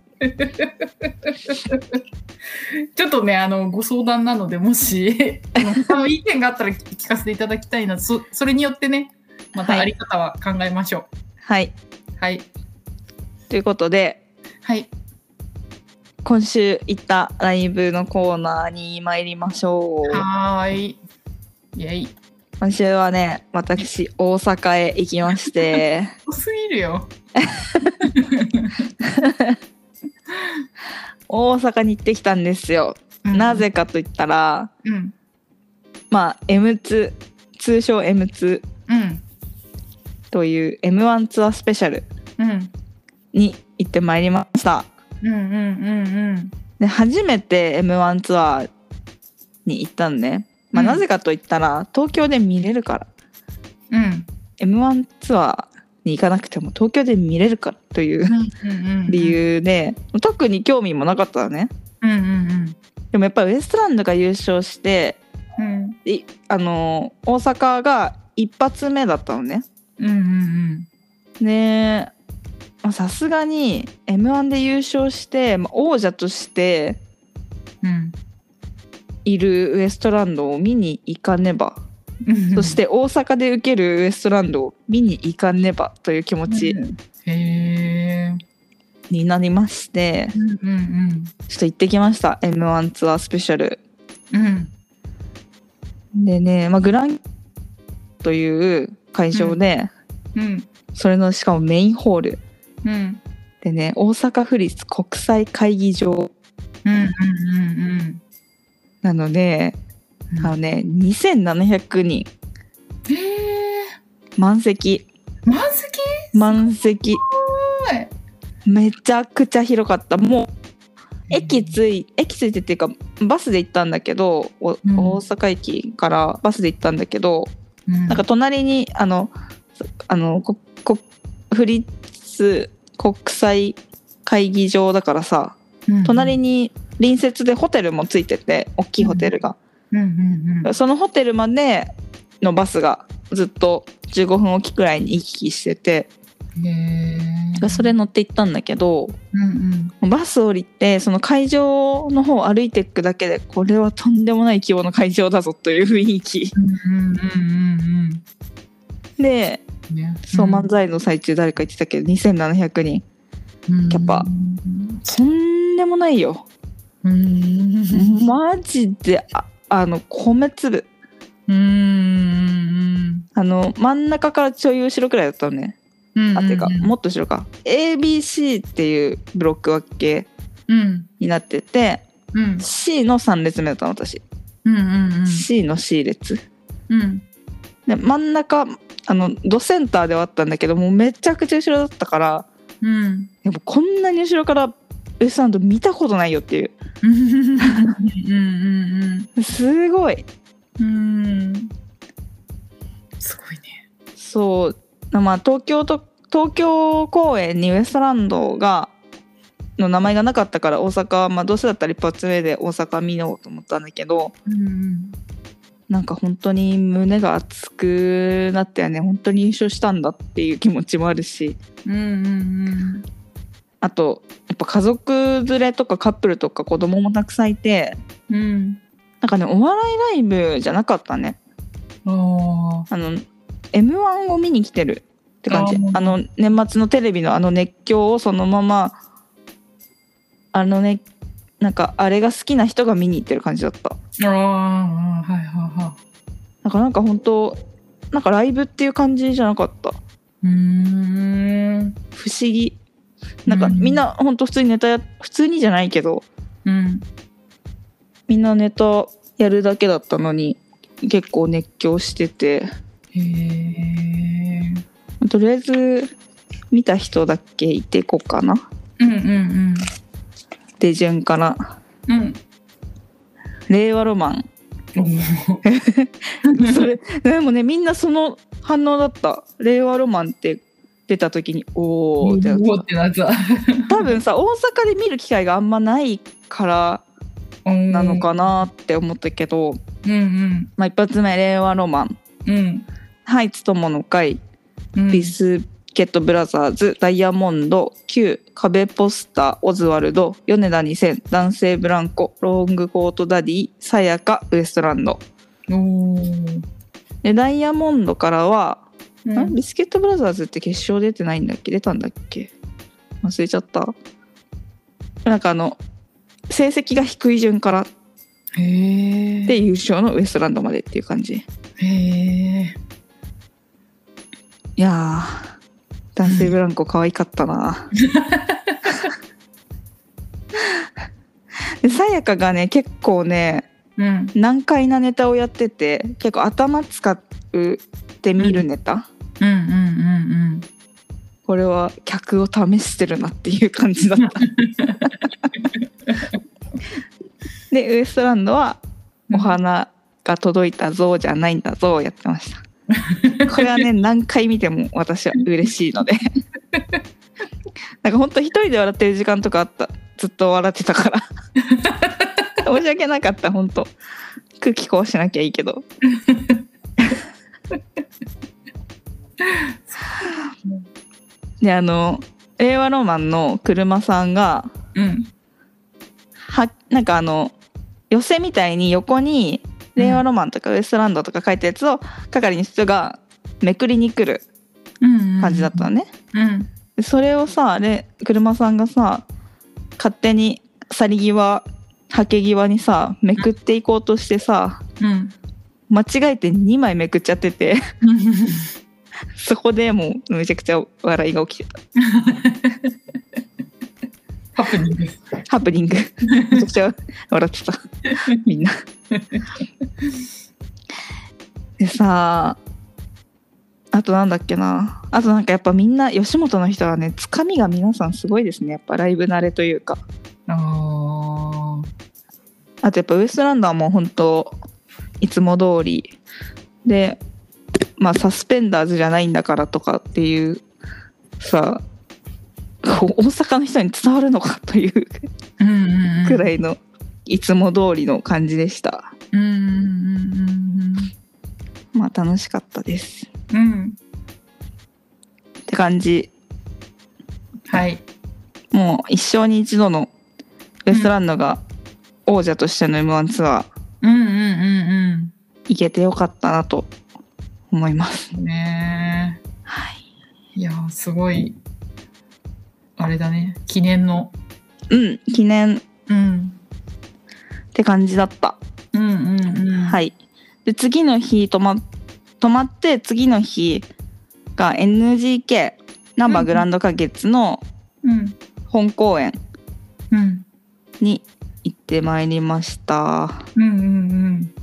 S2: ちょっとね、あの、ご相談なので、もし、あの、意見があったら聞かせていただきたいな。そそれによってね、またあり方は考えましょ
S1: はい
S2: うん。はい。
S1: ということで
S2: はい。
S1: 今週行ったライブのコーナーに参りましょう
S2: はーい。イェイ。
S1: 今週はね私大阪へ行きま して
S2: 多すぎるよ。
S1: 大阪に行ってきたんですよ、
S2: うん
S1: なぜかと言ったら
S2: うん。
S1: まあ M2 通称 M2
S2: うん。
S1: という M1 ツアースペシャル
S2: うん。
S1: に行ってまいりました
S2: うんうんうん
S1: で初めて M1 ツアーに行ったんね、まあ、
S2: うん
S1: なぜかと言ったら東京で見れるから
S2: うん。うん。
S1: M1 ツアーに行かなくても東京で見れるからといううん
S2: うんうん。
S1: 理。由で特に興味もなかったのね
S2: うんうん
S1: でもやっぱりウエストランドが優勝して
S2: うん。うん。
S1: いあの大阪が一発目だったのね。
S2: うんうん
S1: ねまあさすがに m 1で優勝して、まあ、王者として
S2: うん。うん
S1: いるウエストランドを見に行かねば、
S2: うん。
S1: そして大阪で受けるウエストランドを見に行かねばという気持ち
S2: うん。へえ。
S1: になりまして、
S2: うんうん
S1: ちょっと行ってきました m 1ツアースペシャル。
S2: うん。うん。
S1: でね、まあ、グランという会場で、
S2: うん
S1: それのしかもメインホール
S2: うん。
S1: でね大阪府立国際会議場
S2: うんうんうん
S1: なので、
S2: うん。
S1: あのね2700人
S2: へえ。
S1: 満席
S2: 満席す
S1: 満席
S2: ごい。
S1: めちゃくちゃ広かったもう駅つい駅ついてっていうかバスで行ったんだけど、お
S2: うん
S1: 大阪駅からバスで行ったんだけど、
S2: うん。
S1: なんか隣にあのそあのここフリッツ国際会議場だからさ隣
S2: に。
S1: に隣接でホテルもついてて大きいホテルが、
S2: うんうんうん。
S1: そのホテルまでのバスがずっと15分おきくらいに行き来してて
S2: へえ。
S1: それ乗って行ったんだけど
S2: うんうん。
S1: バス降りてその会場の方を歩いていくだけでこれはとんでもない規模の会場だぞという雰囲気
S2: うんうんうんうん
S1: で
S2: うん。ね。
S1: そう
S2: うん
S1: 漫才の最中誰か言ってたけど2700人
S2: キ
S1: ャパ。とんでもないよ
S2: うん。
S1: マジでああの米粒
S2: うんうん
S1: あの真ん中からちょい後ろくらいだったのね
S2: うん。
S1: あてか
S2: うん
S1: もっと後ろか ABC っていうブロック分け
S2: うん
S1: になってて
S2: うん。
S1: C の3列目だったの私、
S2: うんうん
S1: C の C 列
S2: うん。うん。
S1: で真ん中あのドセンターではあったんだけどもうめちゃくちゃ後ろだったから
S2: うん。
S1: やっぱこんなに後ろからウエストランド見たことないよっていう
S2: うんうん
S1: すごい
S2: うんうん。すごいね。
S1: そうまあ東京と東京公演にウエストランドがの名前がなかったから大阪、まあ、どうせだったら一発目で大阪見ようと思ったんだけど
S2: うん
S1: なんか本当に胸が熱くなったよね本当に優勝したんだっていう気持ちもあるし
S2: うんうん
S1: あとやっぱ家族連れとかカップルとか子供もたくさんいて
S2: うんうん。
S1: なんかねお笑いライブじゃなかったね
S2: ああ。
S1: あの m 1を見に来てるって感じ
S2: あー
S1: あの年末のテレビのあの熱狂をそのままあのねなんかあれが好きな人が見に行ってる感じだった
S2: ああ、はいはいは
S1: なんかなんか本当なんかライブっていう感じじゃなかった
S2: い。うん。
S1: 不思議なんか
S2: うん
S1: みんな本当普通にネタや普通にじゃないけど
S2: うん。
S1: みんなネタやるだけだったのに結構熱狂してて
S2: へえ。
S1: とりあえず見た人だけいていこうかな
S2: うんうん
S1: 手順から
S2: うん。うん。
S1: 令和ロマンそれでもねみんなその反応だった令和ロマンって出た時におおってなっ
S2: おお
S1: た
S2: ってなった。
S1: 多分さ大阪で見る機会があんまないからな
S2: な
S1: の。かなって思ったけど、
S2: うん
S1: まあ、一発目令和ロマン
S2: うんうん。
S1: ハイツ友の会
S2: うん。
S1: ビ。スケットブラザーズ、ダイヤモンド、Q、壁ポスター、オズワルド、米田2000、男性ブランコ、ロングコートダディ、さやか、ウエストランド。
S2: おお。
S1: で、ダイヤモンドからは、
S2: うん
S1: んビスケットブラザーズって決勝出てないんだっけ出たんだっけ忘れちゃった。なんかあの、成績が低い順から
S2: へえ。
S1: で優勝のウエストランドまでっていう感じ。
S2: へえ。
S1: いやー、男性ブランコ可愛かった な。でさやかがね結構ね
S2: うん。
S1: 難解なネタをやってて結構頭使って見るネタ、
S2: うんうんうん
S1: これは客を試してるなっていう感じだった でウエストランドは
S2: うん。
S1: お花が届いたぞじゃないんだぞやってましたこれはね何回見ても私は嬉しいのでなんかほんと一人で笑ってる時間とかあったずっと笑ってたから申し訳なかったほんと空気こうしなきゃいいけどであの令和ロマンの車さんが
S2: うん。
S1: はなんかあの寄せみたいに横に「令和ロマン」とか「ウエストランド」とか書いたやつを係の人がめくりに来る感
S2: 感
S1: じだったの。ね。
S2: うん。
S1: でそれをされ車さんがさ勝手に去り際はけ際にさめくっていこうとしてさ
S2: うん。
S1: 間違えて2枚めくっちゃってて そこでもうめちゃくちゃ笑いが起きてた
S2: ハプニングです。
S1: ハプニングめちゃくちゃ笑ってたみんな。でさあとなんだっけなあとなんかやっぱみんな吉本の人はねつかみが皆さんすごいですねやっぱライブ慣れというか
S2: ああ。
S1: あとやっぱウエストランドはもう本当いつも通りでまあサスペンダーズじゃないんだからとかっていうさこう大阪の人に伝わるのかという
S2: うんうんうん。
S1: くら
S2: い。
S1: いのいつも通りの感じでした
S2: うんうんうん
S1: まあ楽しかったです
S2: うんうん。うん。
S1: 感じ
S2: はい。
S1: もう一生に一度のウエストランドが王者としての m 1ツアー
S2: うんうんうん
S1: 行けてよかったなと思います。
S2: うん。ね
S1: はい、
S2: えいやー、すごい、あれだね。記念の。
S1: うん記念っ
S2: うん。
S1: て感じだった。
S2: うんうんうん。。
S1: はいい、で次の日泊ま泊まって次の日が NGK ナンバーグランド花月の
S2: うん。
S1: 本公演
S2: うん。
S1: に行ってまいりました。
S2: うんうんうん。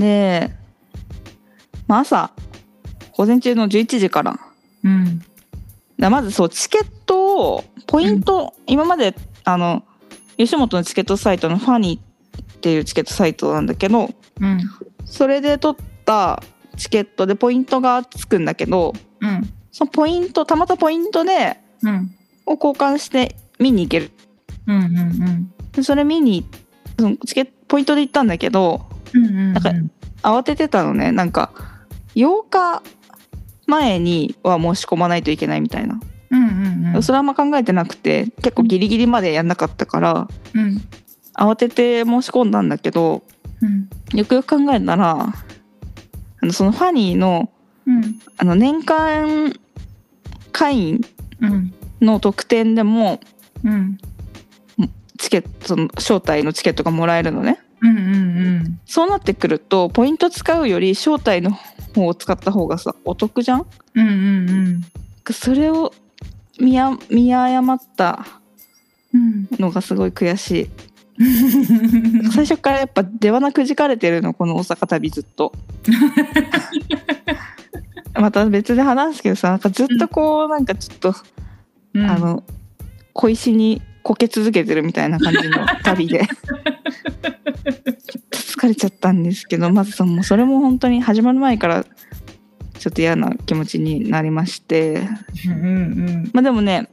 S1: で、まあ、朝午前中の11時から
S2: うん。
S1: だまずそうチケットをポイント、今まであの吉本のチケットサイトのファニーっていうチケットサイトなんだけど
S2: うん。
S1: それで取ったチケットでポイントがつくんだけど
S2: うん。
S1: そのポイントたまったポイントで
S2: うん。
S1: を交換して見に行ける
S2: うんうんうん。
S1: でそれ見にそのチケットポイントで行ったんだけど
S2: うんうん。
S1: なんか慌ててたのねなんか8日前には申し込まないといけないみたいな、
S2: うんうんうん。
S1: それはあんま考えてなくて結構ギリギリまでやんなかったから
S2: うん。
S1: 慌てて申し込んだんだけど
S2: うん。
S1: よくよく考えたらあのそのファニーの
S2: うん。
S1: あの年間会員
S2: うん。
S1: の特典でも
S2: うん。
S1: チケットの招待のチケットがもらえるのね
S2: うんうん
S1: そうなってくるとポイント使うより招待の方を使った方がさお得じゃん
S2: うん。うんうん
S1: それを見や見誤った
S2: うん。
S1: のがすごい悔しい
S2: うん。
S1: 最初からやっぱ出花くじかれてるのこの大阪旅ずっとまた別で話すけどさなんかずっとこうなんかちょっと、あの小石にこけ続けてるみたいな感じの旅でちょっと疲れちゃったんですけどまずそのそれも本当に始まる前からちょっと嫌な気持ちになりまして
S2: うんうん
S1: まあでもね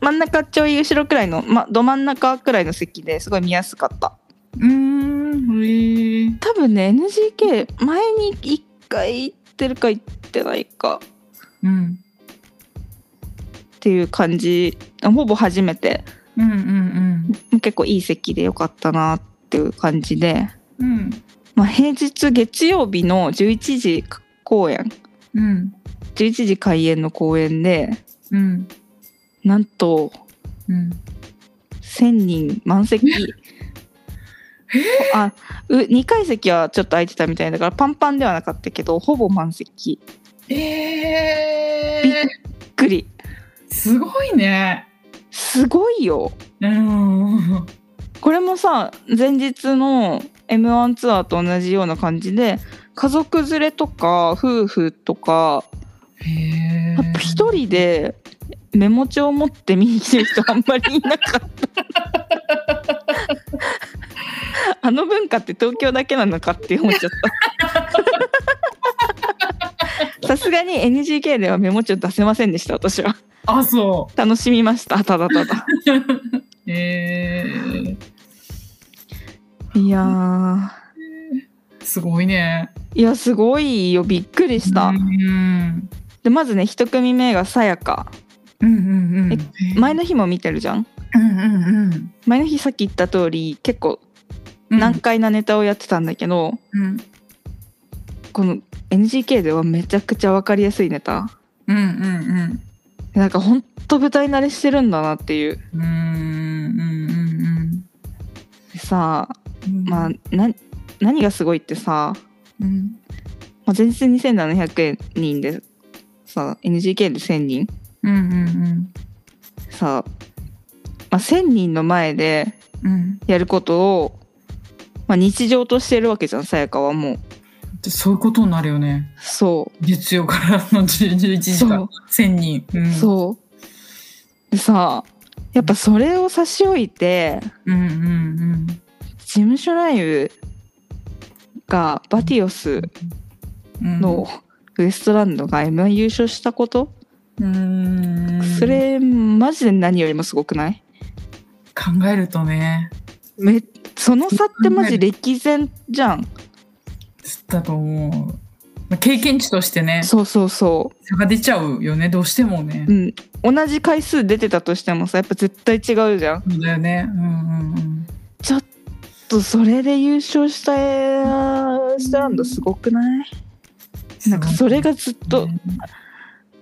S1: 真ん中ちょい後ろくらいの、ま、ど真ん中くらいの席ですごい見やすかった
S2: うん。うん。へえ。
S1: 多分ね NGK 前に1回行ってるか行ってないか
S2: うん。
S1: っていう感じほぼ初めて
S2: うんうん
S1: 結構いい席でよかったなっていう感じで、
S2: うん。うん。
S1: まあ、平日月曜日の11時公演
S2: うん。
S1: 11時開演の公演で
S2: うん。
S1: なんと
S2: うん。
S1: 1000人満席あう2階席はちょっと空いてたみたいだからパンパンではなかったけどほぼ満席び
S2: え
S1: びっっくり
S2: すごいね。
S1: すごいよ
S2: うん。うん
S1: これもさ前日の m 1ツアーと同じような感じで家族連れとか夫婦とか
S2: へえ
S1: やっぱ一人でメモ帳を持って見に来てる人あんまりいなかったあの文化って東京だけなのかって思っちゃったさすがに NGK ではメモ帳出せませんでした私は
S2: あ、そ
S1: 楽しみましたただただ
S2: う。へえ
S1: いやー
S2: すごいね。
S1: いやすごいよびっくりした、
S2: うん。
S1: でまずね一組目がさやか
S2: うんうんうん。
S1: 前の日も見てるじゃん
S2: うんうんうん。
S1: 前の日さっき言った通り結構難解なネタをやってたんだけど、
S2: うん
S1: この NGK ではめちゃくちゃ分かりやすいネタ
S2: うんうん
S1: なんかほんと舞台慣れしてるんだなっていう
S2: うん。うんうん
S1: でさ
S2: うん。
S1: まあな何がすごいってさ、
S2: うん。
S1: まあ、前日2700人でさ NGK で1000人
S2: うんうん
S1: さ、まあ、1000人の前で
S2: うん。うん。
S1: やることを、まあ、日常としてるわけじゃんさやかはもう
S2: そういうことになるよね。
S1: そ
S2: 月曜からの11
S1: う
S2: 時
S1: そ
S2: か
S1: う
S2: ら1000人。うん、
S1: そうでさやっぱそれを差し置いて
S2: う。うんうん
S1: 事務所ライブがバティオス
S2: うん。うん
S1: のウエストランドが m 1優勝したこと、
S2: うーん。
S1: それマジで何よりもすごくない
S2: 考えるとね、
S1: めその差ってマジ歴然じゃん
S2: だと思う。経験値としてね
S1: そうそうそ
S2: 差が出ちゃうよねどうしてもね
S1: う、う。ん、同じ回数出てたとしてもさやっぱ絶対違うじゃん
S2: そうだよね。うんうんうん。
S1: ちょっとそれで優勝したしたランドすごくないなんかそれがずっと、
S2: ね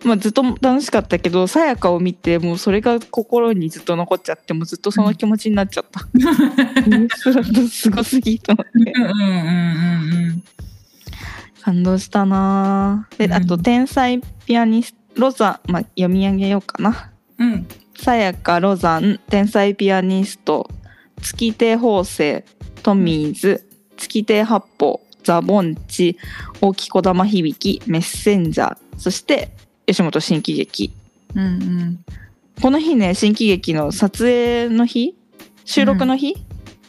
S1: まあ、ずっと楽しかったけどさやかを見てもうそれが心にずっと残っちゃってもうずっとその気持ちになっちゃった。ニュースランドすごすぎと思って
S2: うんうんうんうんうん。
S1: 感動したなぁ
S2: うん
S1: であと天才ピアニストロザン、まあ、読み上げようかな
S2: うん
S1: さやかロザン天才ピアニスト月亭法政トミーズ月亭八方ザ・ボンチ大木こだま響メッセンジャーそして吉本新喜劇
S2: うんうん
S1: この日ね新喜劇の撮影の日収録の日、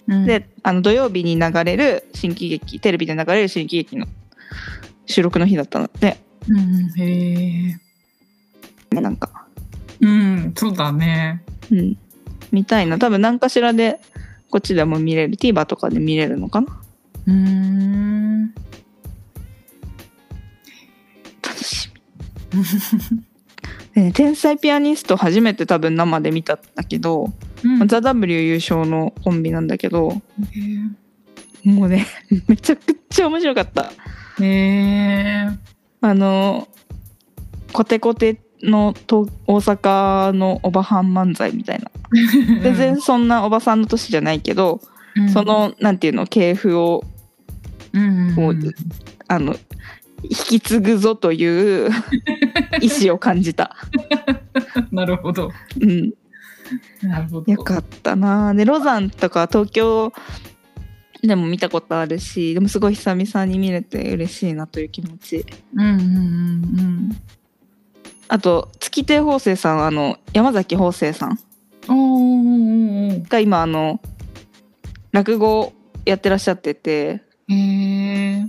S2: うん。
S1: であの土曜日に流れる新喜劇テレビで流れる新喜劇の収録の日だったので
S2: うんうん、へえ。
S1: まあなんか、
S2: うん、そうだね。
S1: うん、見たいな多分何かしらでこっちでも見れる TVer とかで見れるのかな
S2: うーん。
S1: 楽しみでね天才ピアニスト初めて多分生で見たんだけど、
S2: うん
S1: ザ・ W 優勝のコンビなんだけど
S2: へ
S1: もうね めちゃくちゃ面白かった
S2: え。へー
S1: あのコテコテの東大阪のおばはん漫才みたいな全然、そんなおばさんの年じゃないけど、
S2: うん
S1: そ、のなんていうの系譜を
S2: うんうん
S1: こ
S2: う、
S1: うんあの引き継ぐぞという 意志を感じた。
S2: なるほど。
S1: うん、
S2: なるほど。
S1: よかったな。でロザンとか東京でも見たことあるしでもすごい久々に見れて嬉しいなという気持ち。
S2: うんうんうん
S1: あと月亭方正さんあの山崎方正さん
S2: うん。おーおーおーお
S1: が今あの落語をやってらっしゃってて
S2: ー。へえ。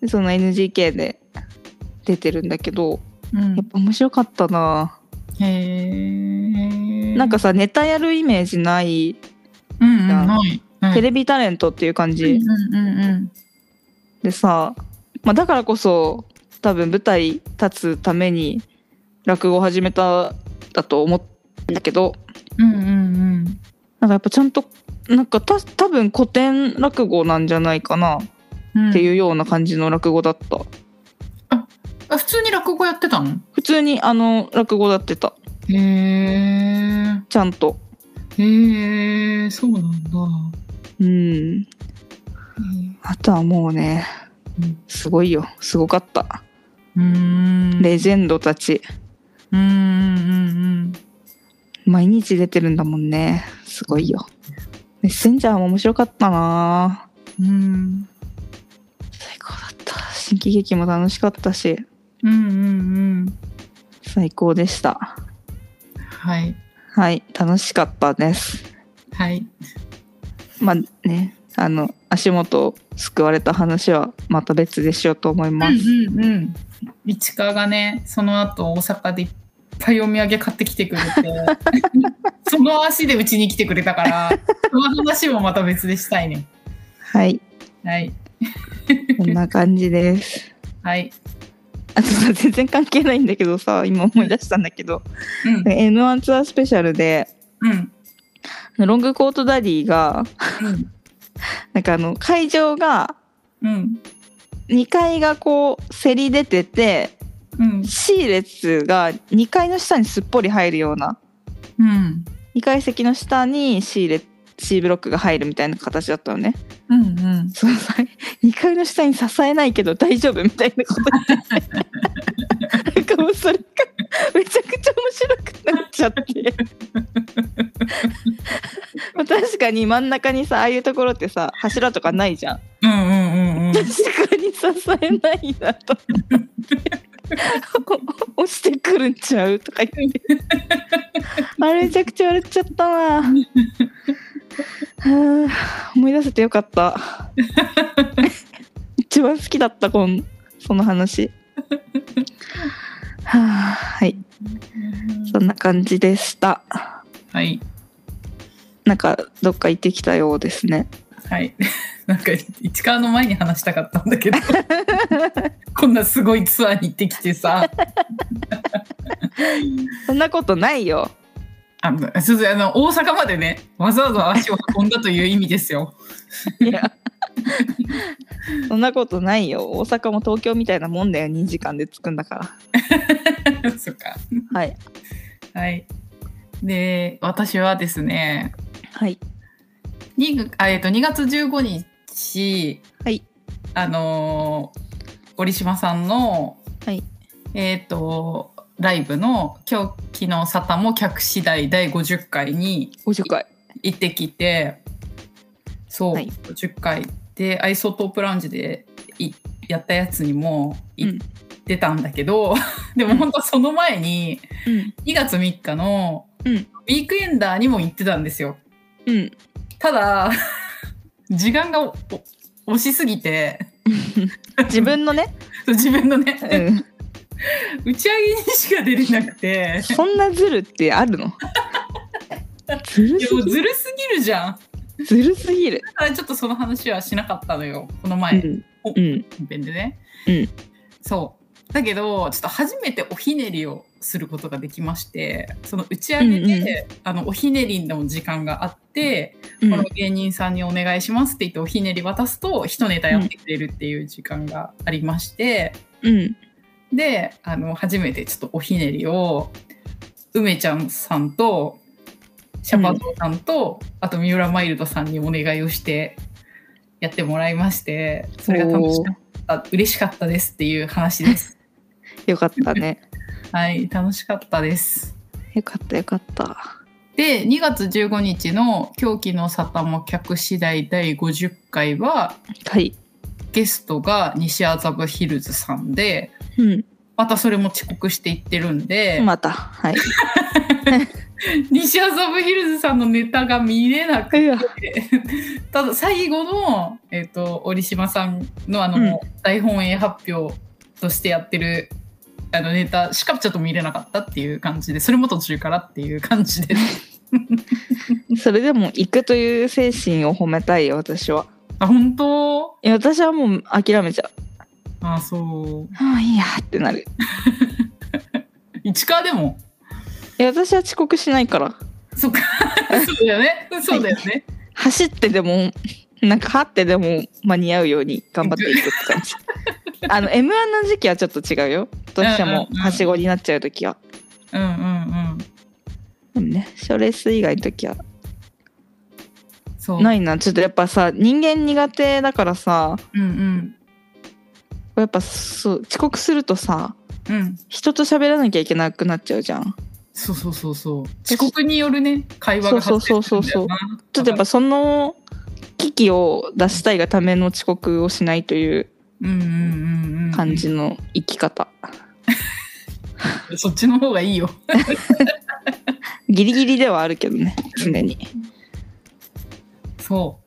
S1: でその NGK で出てるんだけど
S2: う
S1: やっぱ面白かったな。
S2: ん。へえ。
S1: なんか、さネタやるイメージない
S2: うんうん、ない。
S1: テ
S2: レ
S1: レビタレントっていう感じ
S2: うんうんうん
S1: でさ、まあ、だからこそ多分舞台立つために落語を始めただと思うんだけど
S2: うん。うんうんうん。
S1: なんかやっぱちゃんとなんかた多分古典落語なんじゃないかな
S2: うん
S1: って
S2: う
S1: いうような感じの落語だった、
S2: あ普通に落語やってたの
S1: 普通にあの落語だってた
S2: へえ
S1: ちゃんと
S2: へえそうなんだ
S1: うんあとはもうね
S2: うん
S1: すごいよすごかった
S2: うーん
S1: レジェンドたち
S2: うんうん
S1: 毎日出てるんだもんねすごいよメッセンジャーも面白かったな
S2: うんうん
S1: 最高だった新喜劇も楽しかったし
S2: うんうんうん
S1: 最高でした
S2: はい
S1: はい楽しかったです
S2: はい
S1: まあねあの足元を救われた話はまた別でしようと思います、
S2: うんうんうん市川がねその後大阪でいっぱいお土産買ってきて くれてその足でうちに来てくれたからその話もまた別でしたいね
S1: はい
S2: はい
S1: こんな感じです
S2: はい
S1: あとさ全然関係ないんだけどさ今思い出したんだけど
S2: うん
S1: n 1ツアースペシャルで
S2: うん
S1: ロングコートダディが
S2: うん
S1: なんかあの会場が
S2: うん
S1: 2階がこうせり出てて
S2: うん
S1: C 列が2階の下にすっぽり入るような
S2: うん
S1: 2階席の下に C, 列 C ブロックが入るみたいな形だったのね
S2: うんうん
S1: そのさ2階の下に支えないけど大丈夫みたいなこと言って なんかもうそれがめちゃくちゃ面白くなっちゃって まあ確かに真ん中にさああいうところってさ柱とかないじゃん
S2: うんうんうんうん
S1: 確かに支えないなと思って落ちてくるんちゃうとか言ってあれめちゃくちゃ笑っちゃったなはあ思い出せてよかった一番好きだったこのその話はあはいそんな感じでした
S2: はい
S1: なんかどっか行ってきたようですね
S2: はい なんか市川の前に話したかったんだけど こんなすごいツアーに行ってきてさ
S1: そんなことないよ
S2: あのすずあの大阪までねわざわざ足を運んだという意味ですよ。
S1: いやそんなことないよ大阪も東京みたいなもんだよ2時間で着くんだか
S2: そっから
S1: はい
S2: はい、で私はですね
S1: はい
S2: にあ、えっと2月15日、
S1: はい
S2: あのー折島さんの、
S1: はい
S2: えっとライブの「今日昨日サタも客次第第50回」に
S1: 50回
S2: 行ってきてそう、
S1: はい
S2: 50回でアイソトープラウンジでいやったやつにも行ってたんだけど、 でも本当その前に
S1: うん
S2: 2月3日の
S1: うん
S2: ウィークエンダーにも行ってたんですよ。
S1: うん
S2: ただ 時間がおお押しすぎて
S1: 自 分のね、
S2: 自分のね、
S1: うん、
S2: 打ち上げにしか出れなく て
S1: そんなズルってあるのずる
S2: いやも
S1: す
S2: う
S1: ぎ
S2: ずるすぎるじゃん
S1: ずるすぎる、
S2: だからちょっとその話はしなかったのよこの
S1: う
S2: 前
S1: んうん
S2: 本編でね、
S1: うん
S2: そうだけどちょっと初めておひねりをすることができましてその打ち上げで、
S1: うんうん
S2: あのおひねりの時間があって、
S1: うん
S2: この芸人さんにお願いしますって言っておひねり渡すと一ネタやってくれるっていう時間がありまして、
S1: うん
S2: であの初めてちょっとおひねりを梅ちゃんさんとシャバゾウさんと、あと三浦マイルドさんにお願いをしてやってもらいましてそれが楽しかった嬉しかったですっていう話です。
S1: よかったね
S2: はい楽しかったです
S1: よかったよかった
S2: で2月15日の「狂気の沙汰も客次第第50回は」
S1: はい
S2: ゲストが西麻布ヒルズさんで
S1: うん
S2: またそれも遅刻していってるんで、
S1: またはい
S2: 西麻布ヒルズさんのネタが見れなく
S1: いや
S2: て ただ最後の、えっと折島さんのあの、
S1: うん
S2: 大本営発表としてやってるあのネタしかちょっと見れなかったっていう感じでそれも途中からっていう 感じです
S1: それでも行くという精神を褒めたいよ私は
S2: あ本当
S1: いや私はもう諦めちゃう
S2: あそう
S1: ああいいやってなる
S2: 市川でも
S1: いや私は遅刻しないから
S2: そっかそうだよねそうだよね、
S1: 走ってでもなんかはってでも間に合うように頑張っていくって感 じあの m 1の時期はちょっと違うよどうしても
S2: うんうんうん
S1: はしごになっちゃう時は
S2: うんうんうん
S1: でもね賞レース以外の時は
S2: そう
S1: ないなちょっとやっぱさ人間苦手だからさ
S2: うんうん
S1: やっぱそう遅刻するとさ
S2: うん
S1: 人と喋らなきゃいけなくなっちゃうじゃん
S2: そうそうそうそう遅刻によるね会話が発生するんだよな
S1: ちょっとやっぱその危機を出したいがための遅刻をしないという
S2: うんうんうんうん
S1: 感じの生き方、
S2: そっちの方がいいよ
S1: ギリギリではあるけどね常に
S2: そ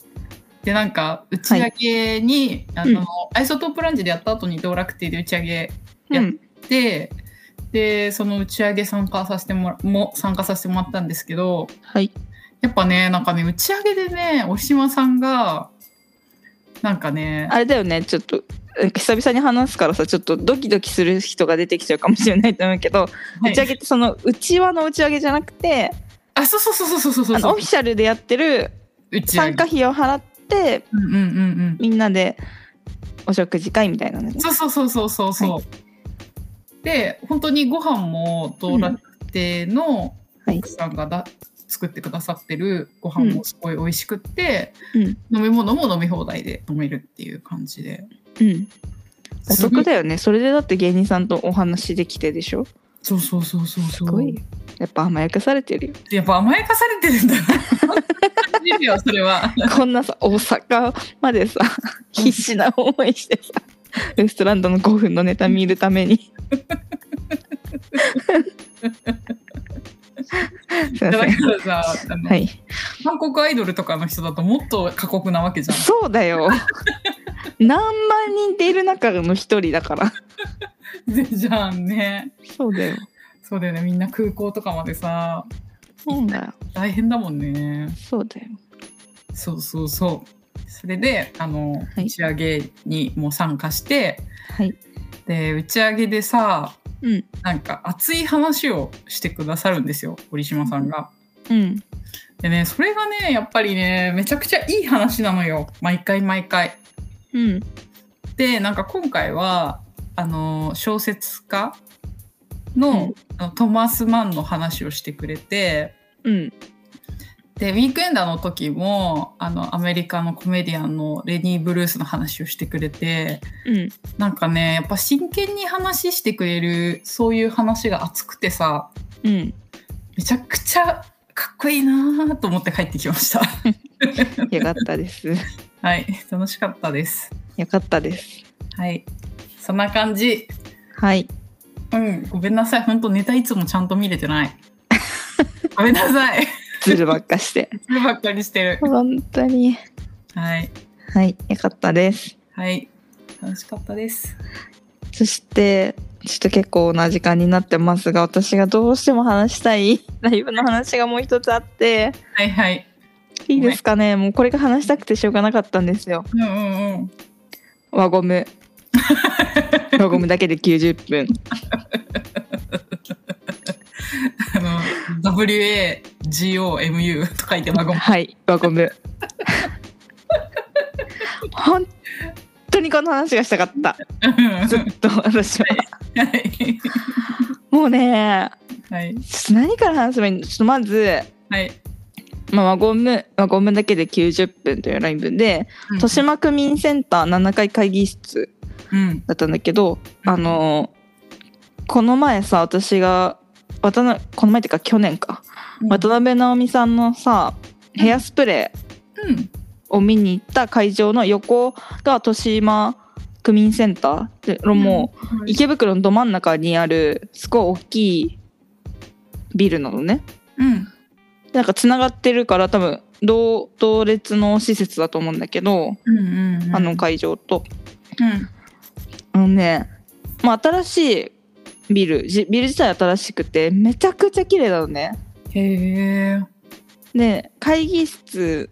S2: うでなんか打ち上げに、あの
S1: うん
S2: アイソトープランジでやった後に道楽亭で打ち上げ
S1: う
S2: や
S1: ん
S2: ででその打ち上げ参加させてもらも参加させてもらったんですけど
S1: はい
S2: やっぱねなんかね打ち上げでねお島さんがなんかね
S1: あれだよねちょっとなんか久々に話すからさちょっとドキドキする人が出てきちゃうかもしれないと思うけど、
S2: はい
S1: 打ち上げってその内輪の打ち上げじゃなくて
S2: あそうそうそうそうそうそう
S1: あの
S2: そ
S1: オ
S2: う
S1: フィシャルでやってる
S2: 打ち上
S1: 参
S2: げ
S1: 加費を払って
S2: うんうんうん
S1: みんなでお食事会みたいなのね
S2: うんそうそうそうそうそうそう、
S1: は
S2: で本当にご飯も道楽亭の、
S1: はい
S2: 奥、さんがだ作ってくださってるご飯もすごい美味しくって、
S1: うん
S2: 飲み物も飲み放題で飲めるっていう感じで
S1: うん、お
S2: すご
S1: 得
S2: い
S1: だよねそれでだって芸人さんとお話できてでしょ
S2: そうそうそうそう
S1: す
S2: そう
S1: ごいよやっぱ甘やかされてるよ
S2: やっぱ甘やかされてる んだな感じるよそれは
S1: こんなさ大阪までさ必死な思いしてさウエストランドの5分のネタ見るため にすいま
S2: だ
S1: せん
S2: からさあの、
S1: はい
S2: 韓国アイドルとかの人だともっと過酷なわけじゃん
S1: そうだよ何万人っている中の一人だから
S2: じゃんね
S1: そうだよ
S2: そうだよねみんな空港とかまでさ
S1: そうだよ
S2: 大変だもんね
S1: そうだよ
S2: そうそうそうそれであの、
S1: はい
S2: 打ち上げにも参加して
S1: はい。
S2: で打ち上げでさ
S1: うん。
S2: なんか熱い話をしてくださるんですよ堀島さんが。
S1: うん。
S2: でねそれがねやっぱりねめちゃくちゃいい話なのよ毎回毎回。
S1: うん。
S2: でなんか今回はあの小説家の,、あのトマス・マンの話をしてくれて
S1: うん。
S2: でウィークエンダーの時もあのアメリカのコメディアンのレニー・ブルースの話をしてくれて
S1: うん。
S2: なんかねやっぱ真剣に話してくれるそういう話が熱くてさ
S1: うん。
S2: めちゃくちゃかっこいいなと思って帰ってきま した。
S1: よかったです。
S2: はい楽しかったです。
S1: よかったです。
S2: はいそんな感じ。
S1: はい。
S2: うん、ごめんなさい。本当ネタいつもちゃんと見れてない。ごめんなさい。
S1: ズルばっかして。
S2: そればっかりしてる。
S1: 本当に。
S2: はい。
S1: はい。よかったです。
S2: はい。楽しかったです。
S1: そして、ちょっと結構な時間になってますが、私がどうしても話したい ライブの話がもう一つあって、
S2: はいはい。
S1: いいですかね。もうこれが話したくてしょうがなかったんですよ。
S2: うんうんうん。
S1: 輪ゴ ム。輪ゴムだけで90分。
S2: あの、WAGOMU と書いて輪ゴム。
S1: はい、輪ゴム。本当にこの話がしたかった。ずっと私は。
S2: はい。
S1: もうね、
S2: はい。
S1: ちょっと何から話せばいいのちょっとまず、
S2: はい。
S1: まあ、輪ゴム、輪ゴムだけで90分というライブで、
S2: うん
S1: 豊島区民センター7階会議室
S2: うん。
S1: だったんだけど、
S2: うん
S1: あの、この前さ、私が、渡辺この前っていうか去年か、渡辺直美さんのさ、ヘアスプレー、
S2: うん。
S1: を見に行った会場の横が豊島区民センターでもう
S2: うん。
S1: 池袋のど真ん中にあるすごい大きいビルなのね
S2: うん。
S1: なんかつながってるから多分同同列の施設だと思うんだけど、
S2: うんうんうん。
S1: あの会場と
S2: うん。
S1: あのね、まあ、新しいビルじビル自体新しくてめちゃくちゃ綺麗なのね
S2: へえ。
S1: で会議室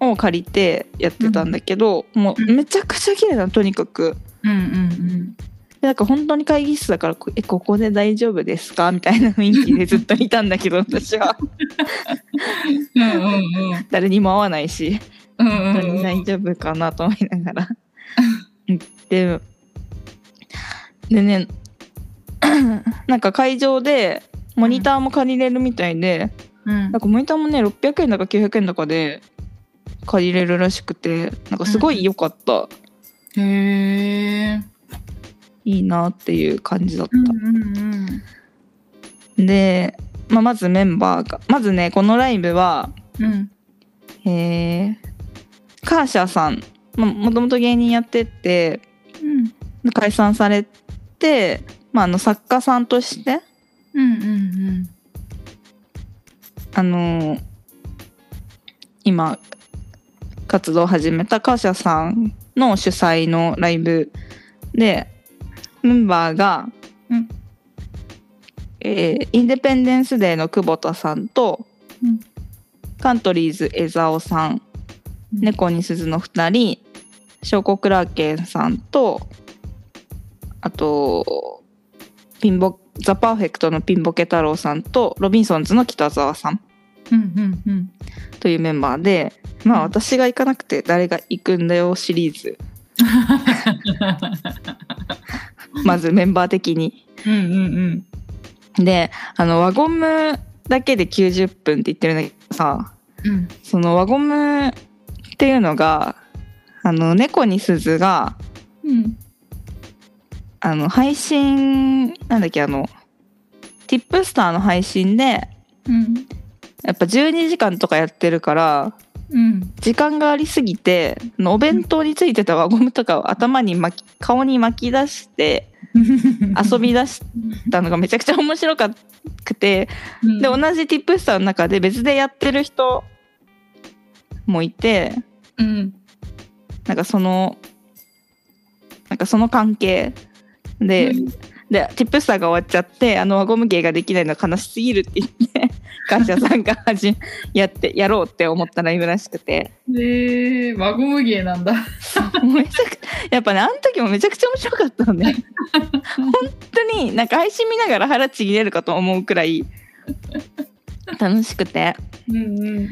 S1: を借りてやってたんだけど、もうめちゃくちゃ綺麗なのとにかく
S2: うんうん
S1: でなんか本当に会議室だからこえここで大丈夫ですかみたいな雰囲気でずっといたんだけど私 は
S2: うん。うんうんうん。
S1: 誰にも会わないし
S2: うん
S1: 本当
S2: うん
S1: に
S2: うん。
S1: 大丈夫かなと思いなが ら行ってでね なんか会場でモニターも借りれるみたいで、
S2: うん
S1: なんかモニターもね600円だか900円だかで借りれるらしくてなんかすごい良かった、
S2: へえ。
S1: いいなっていう感じだった
S2: う。んうんうん。
S1: で、まあ、まずメンバーがまずねこのライブは
S2: うん。
S1: えーカーシャさんまあもともと芸人やってて
S2: うん。
S1: 解散されて、まあ、あの作家さんとして
S2: うんうん
S1: あのー今活動を始めたカーシャさんの主催のライブでメンバーが、
S2: うん
S1: えーインデペンデンスデーの久保田さんと、
S2: うん
S1: カントリーズ江澤さん
S2: うん。。
S1: 猫に鈴の2人証拠クラーケンさんとあとピンボザ・パーフェクトのピンボケ太郎さんとロビンソンズの北沢さん
S2: うんうんうん。
S1: というメンバーでまあ
S2: うん
S1: 私が行かなくて誰が行くんだよシリーズまずメンバー的に。
S2: うんうん
S1: であの輪ゴムだけで90分って言ってるんだけどさ
S2: うん。うん。
S1: その輪ゴムっていうのがあの猫に鈴が
S2: うん。
S1: あの配信なんだっけあのティップスターの配信で
S2: うん。
S1: やっぱ12時間とかやってるから
S2: うん。
S1: 時間がありすぎてあのお弁当についてた輪ゴムとかを頭に巻き顔に巻き出して遊び出したのがめちゃくちゃ面白かくて
S2: うん。
S1: で同じティップスターの中で別でやってる人もいて
S2: うん。
S1: なんかそのなんかその関係で、で、ティップスターが終わっちゃって、あの輪ゴム芸ができないのは悲しすぎるって言って、 感謝さんが始めやってやろうって思ったらいるらしくて
S2: で、輪ゴム芸なんだ。
S1: めちゃくやっぱねあの時もめちゃくちゃ面白かったのね本当になんか配信見ながら腹ちぎれるかと思うくらい楽しくて
S2: うんうん。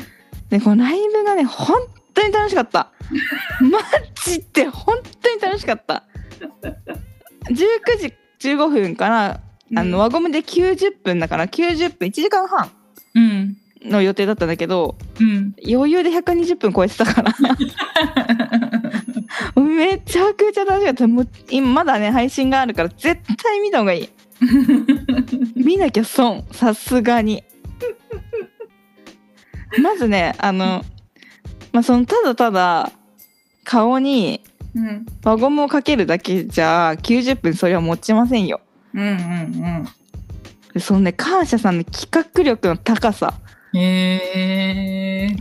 S1: でこのライブがね本当に楽しかったマジで本当に楽しかった19時15分からあの輪ゴムで90分だから90分1時間半
S2: うん。
S1: の予定だったんだけど
S2: うん。
S1: 余裕で120分超えてたからめちゃくちゃ楽しかったもう今まだね配信があるから絶対見た方がいい見なきゃ損さすがにまずねあの、まあ、そのただただ顔に
S2: うん。
S1: 輪ゴムをかけるだけじゃ90分それは持ちませんよ
S2: うんうん
S1: でそのね感謝さんの企画力の高さ
S2: うん。へえ。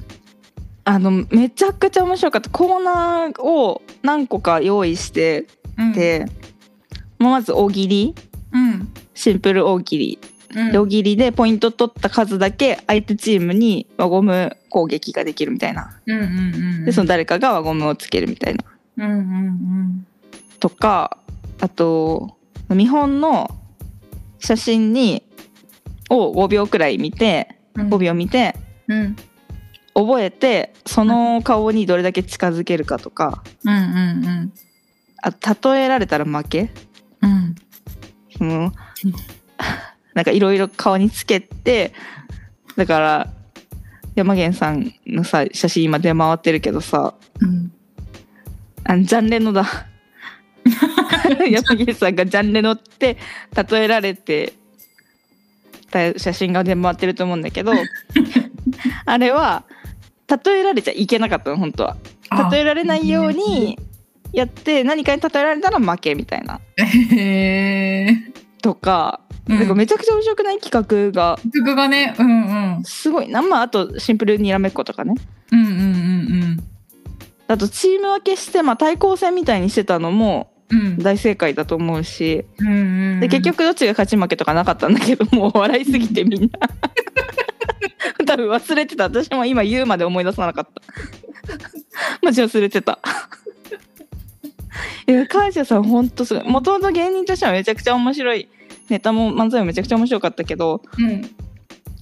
S1: あのめちゃくちゃ面白かったコーナーを何個か用意して
S2: うん、
S1: て、まあまず大喜利
S2: うん。
S1: シンプル大喜利
S2: うん。
S1: で大喜利でポイント取った数だけ相手チームに輪ゴム攻撃ができるみたいな
S2: うんうんうん。
S1: でその誰かが輪ゴムをつけるみたいな
S2: うんうん
S1: とかあと見本の写真にを5秒くらい見て
S2: うん。
S1: 5秒見て
S2: うん。
S1: 覚えてその顔にどれだけ近づけるかとか
S2: うんうんうん。
S1: あと例えられたら負け
S2: うん。
S1: そのなんかいろいろ顔につけてだから山源さんのさ写真今出回ってるけどさ
S2: うん。
S1: あのジャンレノ だ山源さんがジャンレノって例えられてた写真が出回ってると思うんだけどあれは例えられちゃいけなかったの本当は例えられないようにやって何かに例えられたら負けみたいな
S2: え。へえ。
S1: とか,、
S2: うん
S1: なんかめちゃくちゃ面白くない企画が
S2: 曲がね、うんうん。
S1: すごいなまああとシンプルにらめっことかね
S2: うんうん
S1: あとチーム分けして、まあ、対抗戦みたいにしてたのも
S2: うんうん。
S1: 大正解だと思うし
S2: うんうんうん。
S1: で結局どっちが勝ち負けとかなかったんだけどもう笑いすぎてみんな 多分忘れてた私も今言うまで思い出さなかったマジ忘れてたいや感謝さんほんとすごいもともと芸人としてはめちゃくちゃ面白いネタも漫才もめちゃくちゃ面白かったけど
S2: うん。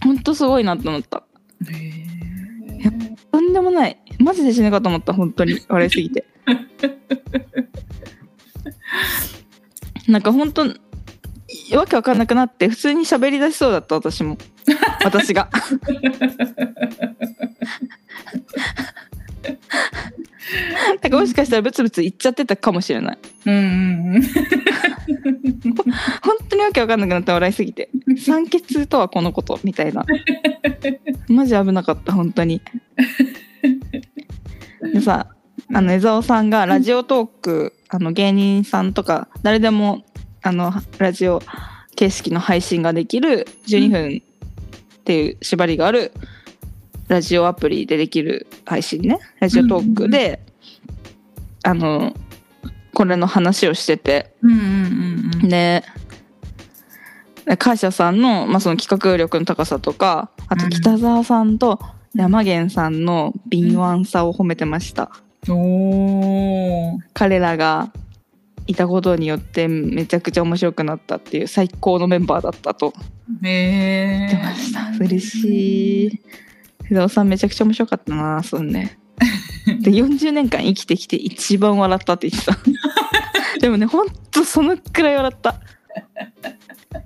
S1: ほんとすごいなと思った
S2: へ
S1: やとんでもないマジで死ぬかと思った本当に笑いすぎてなんか本当いわけわかんなくなって普通に喋り出しそうだった私も私がなんかもしかしたらブツブツ言っちゃってたかもしれない
S2: え。うんうんうん。
S1: 本当にわけわかんなくなって笑いすぎて酸欠とはこのことみたいなマジ危なかった本当にでさあの江澤さんがラジオトークあの芸人さんとか誰でもあのラジオ形式の配信ができる12分っていう縛りがあるラジオアプリでできる配信ねラジオトークで、あのこれの話をしてて、
S2: うんうんうん。
S1: で感謝さんの,、まあその企画力の高さとかあ
S2: う
S1: と
S2: ん
S1: 北沢さんと山源さんの敏腕さを褒めてました、
S2: おー
S1: 彼らがいたことによってめちゃくちゃ面白くなったっていう最高のメンバーだったと
S2: へえ。
S1: 言ってました、嬉しい北沢さんめちゃくちゃ面白かったなそうねで40年間生きてきて一番笑ったって言 ってたでもねほんとそのくらい笑った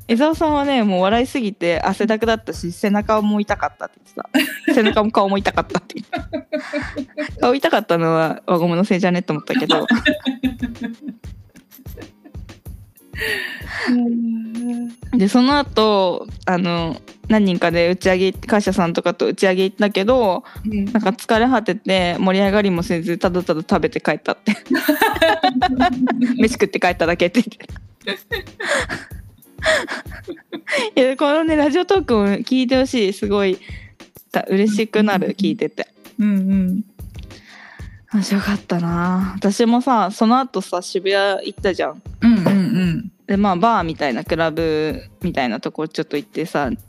S1: 江沢さんはねもう笑いすぎて汗だくだったし背中も痛かったって言ってた背中も顔も痛かったって言ってた顔痛かったのは輪ゴムのせいじゃねって思ったけどでその後あの何人かで打ち上げ会社さんとかと打ち上げ行ったけど
S2: うん
S1: なんか疲れ果てて盛り上がりもせずただただ食べて帰ったって飯食って帰っただけって言っていやこのねラジオトークも聞いてほしいすごいた嬉しくなる聞いてて
S2: うんうん。
S1: 面白かったな私もさその後さ渋谷行ったじゃん
S2: うんうんうん。
S1: でまあバーみたいなクラブみたいなとこちょっと行ってさ
S2: うん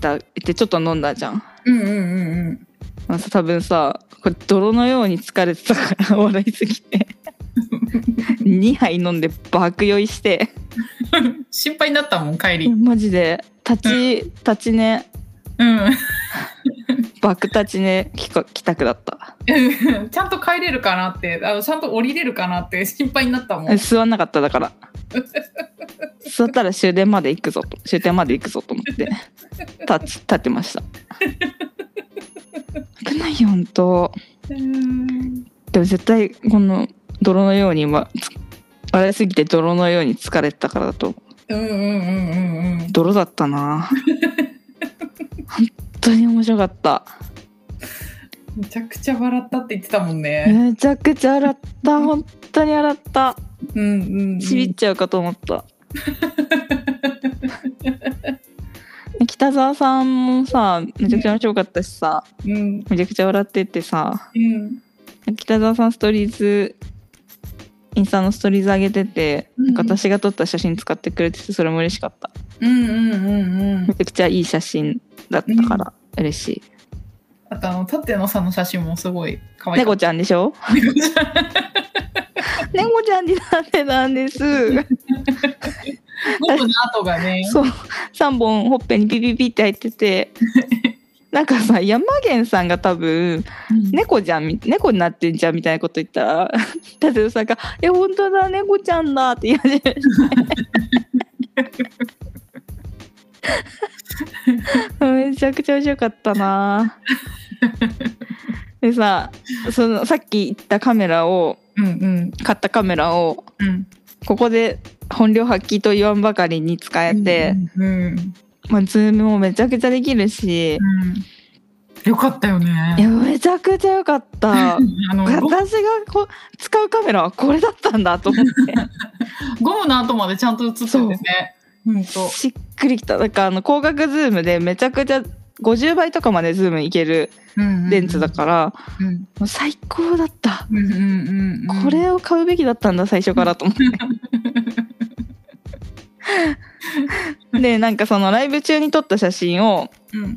S1: た行ってちょっと飲んだじゃん、
S2: うんうんうんうん。
S1: まあさ多分さこれ泥のように疲れてたから 笑いすぎて2杯飲んで爆酔いして
S2: 心配になったもん、帰り。
S1: マジで立ち立ちね
S2: うん。
S1: 爆立ちね帰国帰宅だった
S2: ちゃんと 帰れるかなって、あのちゃんと降りれるかなって 心配になったもん。
S1: え座んなかっただから座ったら終電まで行くぞと終点まで行くぞと思って立ち立ってました危ないよ本当
S2: うん
S1: でも絶対この泥のように今つ洗いすぎて泥のように疲れてたからだと
S2: うんうんうんうんうん。
S1: 泥だったな本当に面白かった
S2: めちゃくちゃ笑ったって言ってたもんね。
S1: めちゃくちゃ洗った本当に洗った
S2: うんうん、うん。
S1: ちびっちゃうかと思った、 北沢さんもさめちゃくちゃ面白かったしさ
S2: うん
S1: めちゃくちゃ笑っててさ
S2: うん
S1: 北沢さんストーリーズインスタのストーリーズ上げてて、なんか私が撮った写真使ってくれててそれも嬉しかった
S2: うんうんうんうん
S1: め。ちゃくちゃいい写真だったから嬉しい。
S2: あとあの、舘野さんの写真もすごい可愛い。
S1: 猫ちゃんでしょ猫ちゃんになってたんです。
S2: 僕の後がね。
S1: そう3本ほっぺにピピピって入って てなんかさ山源さんが多分猫じゃんみ猫になってんじゃんみたいなこと言った ら達郎さんが「え本当だ猫ちゃんだ」って言い始め てめちゃくちゃ面白かったなでさそのさっき言ったカメラを
S2: うんうん
S1: 買ったカメラを
S2: うん。
S1: ここで本領発揮と言わんばかりに使えて、
S2: うんうん
S1: まあ、ズームもめちゃくちゃできるし、
S2: うん。よかったよね。
S1: いやめちゃくちゃ良かった
S2: あのゴ
S1: 私がこ使うカメラはこれだったんだと思って
S2: ゴムの後までちゃんと映っててね。うんと。
S1: しっくりきただからあの光学ズームでめちゃくちゃ50倍とかまでズームいける
S2: うんうん
S1: レンズだから、
S2: うん
S1: もう最高だった、
S2: うんうんうんうん。
S1: これを買うべきだったんだ最初からと 思ってでなんかそのライブ中に撮った写真を
S2: うん
S1: なん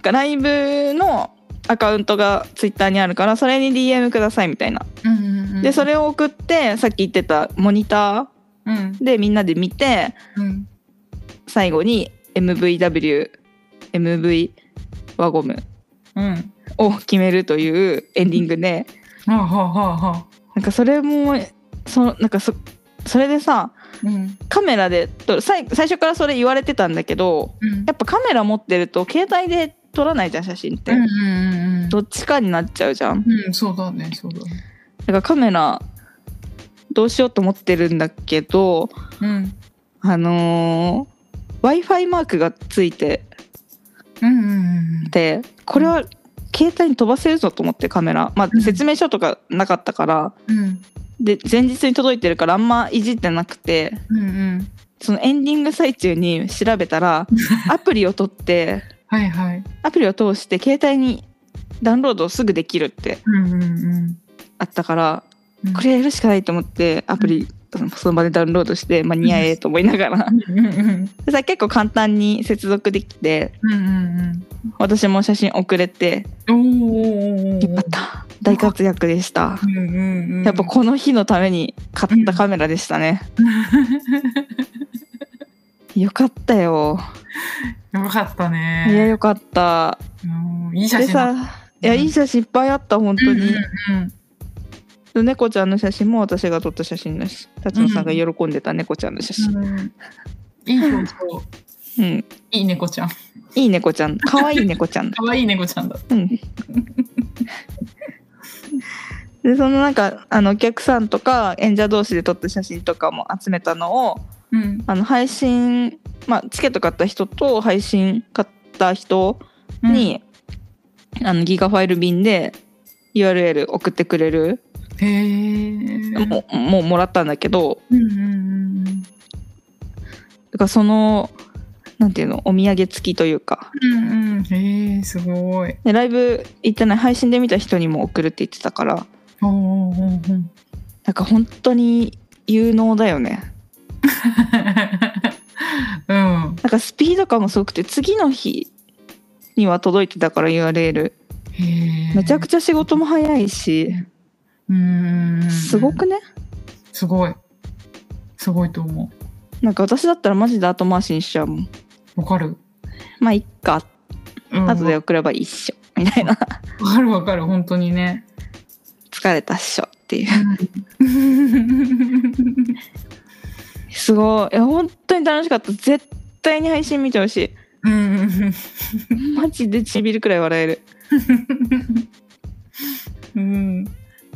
S1: かライブのアカウントがツイッターにあるからそれに DM くださいみたいな
S2: うんうんうん。
S1: でそれを送ってさっき言ってたモニタ
S2: うん
S1: ーでみんなで見て
S2: うん
S1: 最後に MVWMV 輪ゴム
S2: うん。
S1: を決めるというエンディングで
S2: はあはあはあはあ。
S1: なんかそれもそのなんかそそれでさ
S2: うん
S1: カメラで撮る最最初からそれ言われてたんだけど
S2: うん
S1: やっぱカメラ持ってると携帯で撮らないじゃん写真って、
S2: うんうんうん
S1: どっちかになっちゃうじゃん
S2: うん。うんそうだねそうだね。
S1: だからカメラどうしようと思ってるんだけど
S2: うん
S1: あの w i f i マークがついて
S2: うんうんうん
S1: てこれは携帯に飛ばせるぞと思ってカメラ、ま
S2: うん
S1: あ、説明書とかなかったから
S2: うん
S1: で前日に届いてるからあんまいじってなくて
S2: うんうん。
S1: そのエンディング最中に調べた らアプリを取って
S2: はいはい。
S1: アプリを通して携帯にダウンロードをすぐできるって
S2: うんうんうん
S1: あったから
S2: うん。
S1: これやるしかないと思ってアプリその場でダウンロードして間に合えと思いながら
S2: うんうんうん
S1: でさ結構簡単に接続できて
S2: うん
S1: 私も写真送れて
S2: うんうん。おーおーおー
S1: よか
S2: お
S1: っ
S2: ー。
S1: た大活躍でした
S2: うんうんうん。
S1: やっぱこの日のために買ったカメラでしたね、よかったよ
S2: よかったね。
S1: いやよかった
S2: うんいい写
S1: で
S2: 真だ。
S1: さいやいい写真いっぱいあった本当に、
S2: うんうん
S1: 猫ちゃんの写真も私が撮った写真だし辰野さんが喜んでた猫ちゃんの写真
S2: うんうんいい表情。
S1: うん、
S2: いい猫ちゃん。
S1: いい猫ちゃん可愛い猫ちゃんだ
S2: 可愛い猫ちゃんだ。
S1: うん でそのなんかあのお客さんとか演者同士で撮った写真とかも集めたのを
S2: うん。
S1: あの配信、まあ、チケット買った人と配信買った人に、あのギガファイル便で URL 送ってくれる、
S2: うん。へえ。
S1: もうもうもらったんだけど
S2: うんうんうん
S1: だからそのなんていうのお土産付きというか
S2: うんうん。へえ、すごい。
S1: でライブ行ってない配信で見た人にも送るって言ってたから
S2: おーおーおーお ー
S1: なんか本当に有能だよね
S2: うん。
S1: なんかスピード感もすごくて次の日には届いてたから URL め
S2: め
S1: ちゃく
S2: ち
S1: ちゃ仕事も早いし
S2: ゃうーん
S1: すごくね
S2: すごいすごいと思
S1: なんか私だったらマジで後回しにしちゃうもん
S2: うわかる、
S1: まあいっか
S2: うん、
S1: 後で送ればいいっしょみたいな
S2: わかるわかる本当にね
S1: 疲れたっしょっていう
S2: うん
S1: すごいいや本当に楽しかった絶対に配信見てほしい
S2: うん
S1: マジでちびるくらい笑える
S2: うん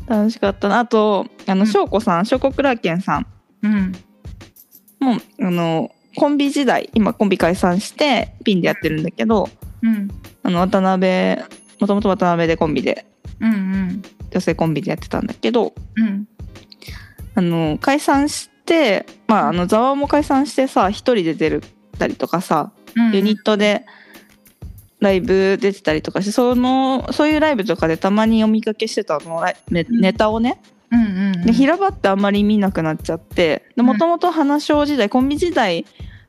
S1: 楽しかったなあとあ
S2: う
S1: の
S2: ん
S1: 翔子さん翔子クラーケンさん
S2: うん
S1: もあのコンビ時代今コンビ解散してピンでやってるんだけど
S2: うん
S1: あの渡辺もともと渡辺でコンビで
S2: うん
S1: 女性コンビでやってたんだけど
S2: うん
S1: あの解散してまああのざわも解散してさ一人で出るたりとかさ
S2: うん
S1: ユニットでライブ出てたりとかしてそのそういうライブとかでたまにお見かけしてたのライネネタをね
S2: うんうんうん
S1: で平場ってあんまり見なくなっちゃって
S2: ん
S1: もともと花椒時代コンビ時代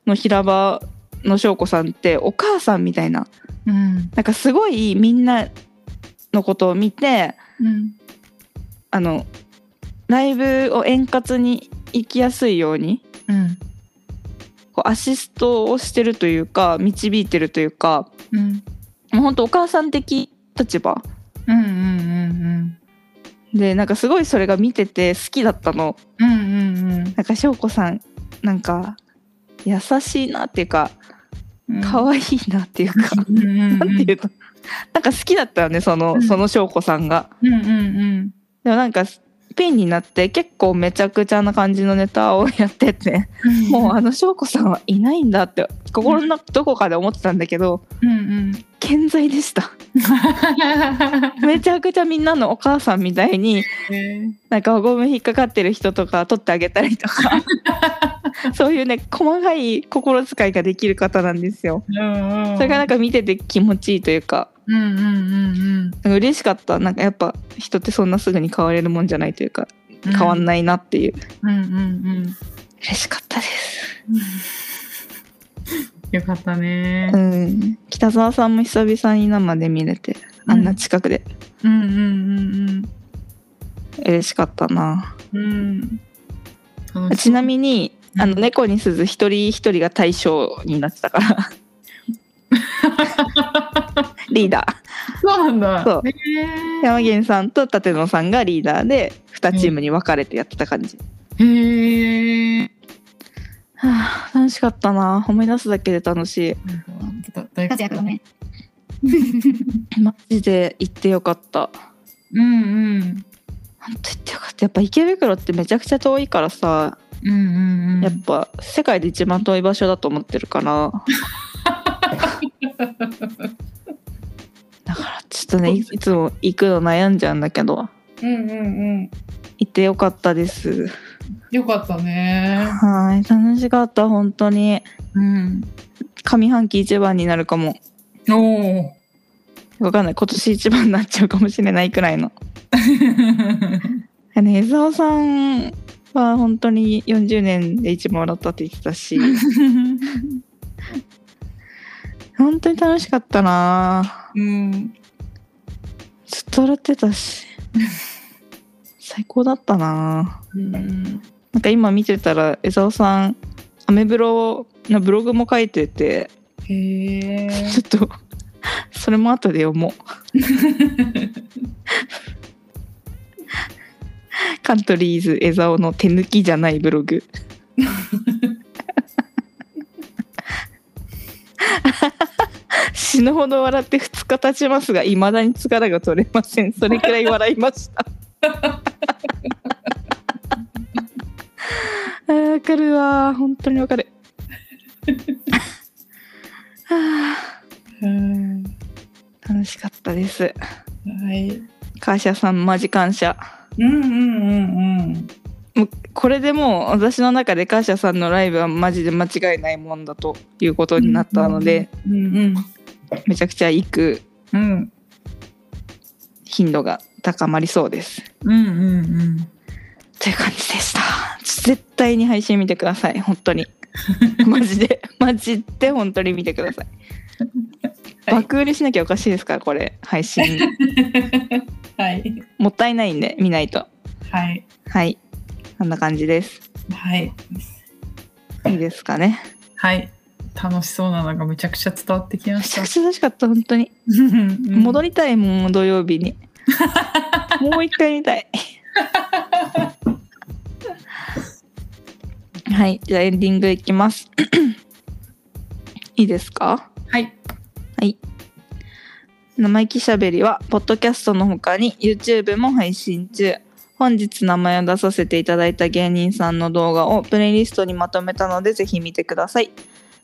S1: の平場の翔子さんってお母さんみたいな
S2: うん
S1: なんかすごいみんなのことを見て
S2: うん
S1: あのライブを円滑に行きやすいように
S2: うん
S1: こうアシストをしてるというか導いてるというか
S2: うん
S1: もうほんとお母さん的立場
S2: うんうんうん
S1: でなんかすごいそれが見てて好きだったの
S2: うんうん
S1: なんか翔子さんなんか優しいなっていうか
S2: うん
S1: 可愛いなっていうか、
S2: うんうん
S1: なんていうのなんか好きだったよねその、
S2: うん
S1: その翔子さんが
S2: うんうん
S1: でもなんかピンになって結構めちゃくちゃな感じのネタをやってて
S2: うん
S1: もうあの翔子さんはいないんだって心のどこかで思ってたんだけど
S2: うんうん
S1: 健在で しためちゃくちゃみんなのお母さんみたいになんかゴム引っかかってる人とか取ってあげたりと かそういうね細かい心遣いができる方なんですよそれがなんか見てて気持ちいいというか
S2: うんうんうん
S1: なんか嬉しかったなんかやっぱ人ってそんなすぐに変われるもんじゃないというか
S2: うん
S1: 変わん
S2: な
S1: な
S2: い
S1: いなっていう、
S2: うんうん
S1: 嬉しかったです
S2: うんよかったね
S1: うん北沢さんも久々に生で見れてあんな近くで
S2: うんうん
S1: 嬉しかったな、
S2: うんうんうん
S1: ちなみにあの猫に鈴一人一人が大将になってたから リーダー
S2: そうなんだ
S1: そう
S2: へ
S1: 山源さんと舘野さんがリーダーで2チームに分かれてやってた感じ、
S2: えへえ
S1: はあ楽しかったな思い出すだけで楽し
S2: 大
S3: 活躍だね。
S1: いマジで行ってよかった
S2: うんうん
S1: 本当行ってよかったやっぱ池袋ってめちゃくちゃ遠いからさ、
S2: うんうんうん
S1: やっぱ世界で一番遠い場所だと思ってるから だからちょっとねいいつも行くの悩んじゃうんだけど
S2: うんうんうん
S1: 行ってよかったです
S2: よかったね
S1: はい楽しかった本当に
S2: うん
S1: 上半期一番になるかも
S2: おお
S1: わかんない今年一番になっちゃうかもしれないくらいのあの江澤さんは本当に40年で一番笑ったって言ってたし本当に楽しかったな
S2: うん
S1: ずっと笑ってたし最高だったな
S2: うん
S1: なんか今見てたら江澤さんアメブロのブログも書いてて
S2: へえ
S1: ちょっとそれも後で読もうカントリーズ江澤の手抜きじゃないブログ死ぬほど笑って2日経ちますがいまだに疲れが取れませんそれくらい笑いましたあーわかるわ本当にわかるはあ
S2: うん
S1: 楽しかったです
S2: はい
S1: 感謝さんマジ感謝
S2: うんうんうんうん
S1: これでもう私の中で感謝さんのライブはマジで間違いないもんだということになったので、
S2: うんうん
S1: めちゃくちゃ行く
S2: うん
S1: 頻度が高まりそうです
S2: うんうんうん
S1: という感じでしたちょ絶対に配信見てくだ さい本当にマジでマジで本当に見てください
S2: はい
S1: 爆売りしなきゃおかしいですからこれ配 信
S2: はい。
S1: もったいないんで見ないと
S2: はい。
S1: はいこんな感じです
S2: はい。
S1: いいですかね
S2: はい。楽しそうなのがめちゃくちゃ伝わってきま
S1: め
S2: し
S1: ち
S2: た
S1: ゃく。ちゃ楽しかった本当に、戻
S2: り。
S1: りたいもん土曜日にもう一回見たいはいじゃあエンディングいきます いいですか
S2: はい。
S1: 生意気しゃべりはポッドキャストの他に YouTube も配信中本日名前を出させていただいた芸人さんの動画をプレイリストにまとめたのでぜひ見てください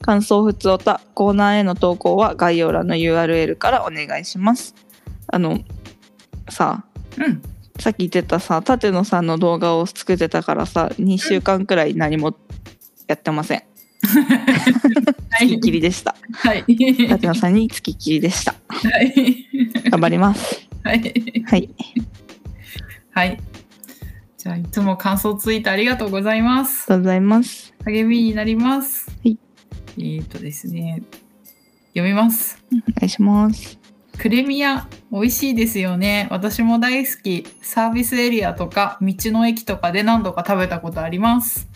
S1: 感想ふつおたコーナーへの投稿は概要欄の URL からお願いしますあのさ
S2: うん。
S1: さっき言ってたさ舘野さんの動画を作ってたからさ2週間くらい何もやってません
S2: は
S1: 月
S2: い。
S1: 切りでした
S2: はい。
S1: 舘野さんに月切りでした
S2: はい。
S1: 頑張ります
S2: はい。
S1: はい
S2: はい。じゃあ、いつも感想ツイートありがとうございます。
S1: ありがとうございます
S2: 励みになります。
S1: はい。
S2: えー、っとですね。読みます。
S1: お願いします
S2: クレミア美味しいですよね私も大好きサービスエリアとか道の駅とかで何度か食べたことあります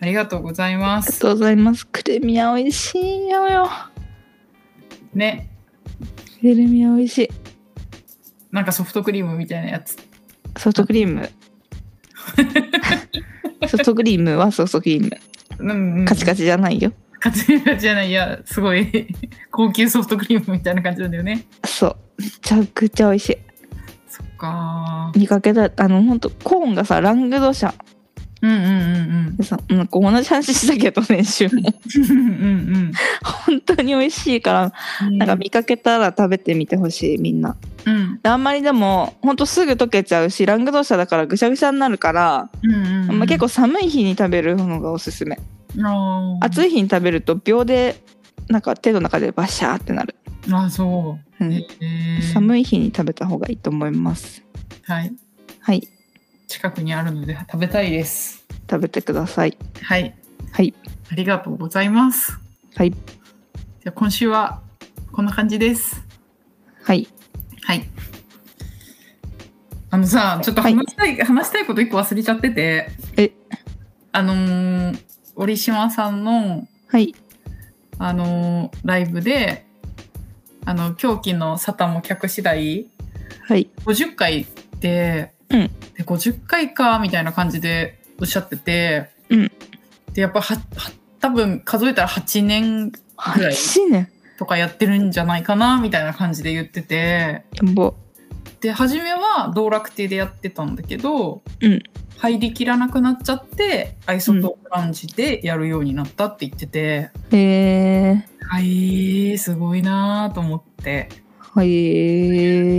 S2: ありがとうございま
S1: ありが
S2: す
S1: とうございます。クレミア美味しいよよ。
S2: ね
S1: クレミア美味しい。
S2: なんかソフトクリームみたいなやつ
S1: ソフトクリー ム。ソフトクリームはソフトクリーム。
S2: うん、うん、
S1: カチカチじゃないよ。
S2: カチカチじゃないいやすごい 高級ソフトクリームみたいな感じなんだよね
S1: そう。めちゃくちゃ美味し
S2: そっか
S1: い。見かけた、あの、ほんと、コーンがさ、ラングドシャ
S2: うんうんうん
S1: でさ、なんか同じ話したけど、先週 も。
S2: うんうん
S1: 本当に美味しいから、
S2: う ん
S1: なんか見かけたら食べてみてほしい、みんな。
S2: うん
S1: であんまりでも、ほんとすぐ溶けちゃうし、ラングドシャだからぐしゃぐしゃになるから、
S2: うんうんうん
S1: まあ、結構寒い日に食べるのがおすすめ。
S2: あー
S1: 暑い日に食べると秒でなんか手の中でバシャーってなる、
S2: あそうう、
S1: ん
S2: えい
S1: 寒い日に食べた方がいいと思います
S2: はい
S1: はい
S2: 近くにあるので食べたいです
S1: 食べてください
S2: はい。
S1: はい
S2: ありがとうございます。
S1: はい
S2: じゃあ今週はこんな感じです。
S1: はい
S2: はい。あのさ、ちょっと
S1: はい
S2: 話したい、話したいこと一個忘れちゃってて。
S1: え
S2: あのー、折島さんの、
S1: はい
S2: あのーライブで、あの、狂気のサタンも客次第、
S1: はい
S2: 50回で、
S1: うん
S2: で50回か、みたいな感じでおっしゃってて、
S1: うん
S2: で、やっぱは、は多分数えたら8年ぐらい
S1: 8年
S2: とかやってるんじゃないかなみたいな感じで言ってて
S1: やば
S2: で初めは道楽亭でやってたんだけど、
S1: うん
S2: 入りきらなくなっちゃってアイソトープランジでやるようになったって言ってて、
S1: えー、
S2: はいすごいなーと思って
S1: はいえ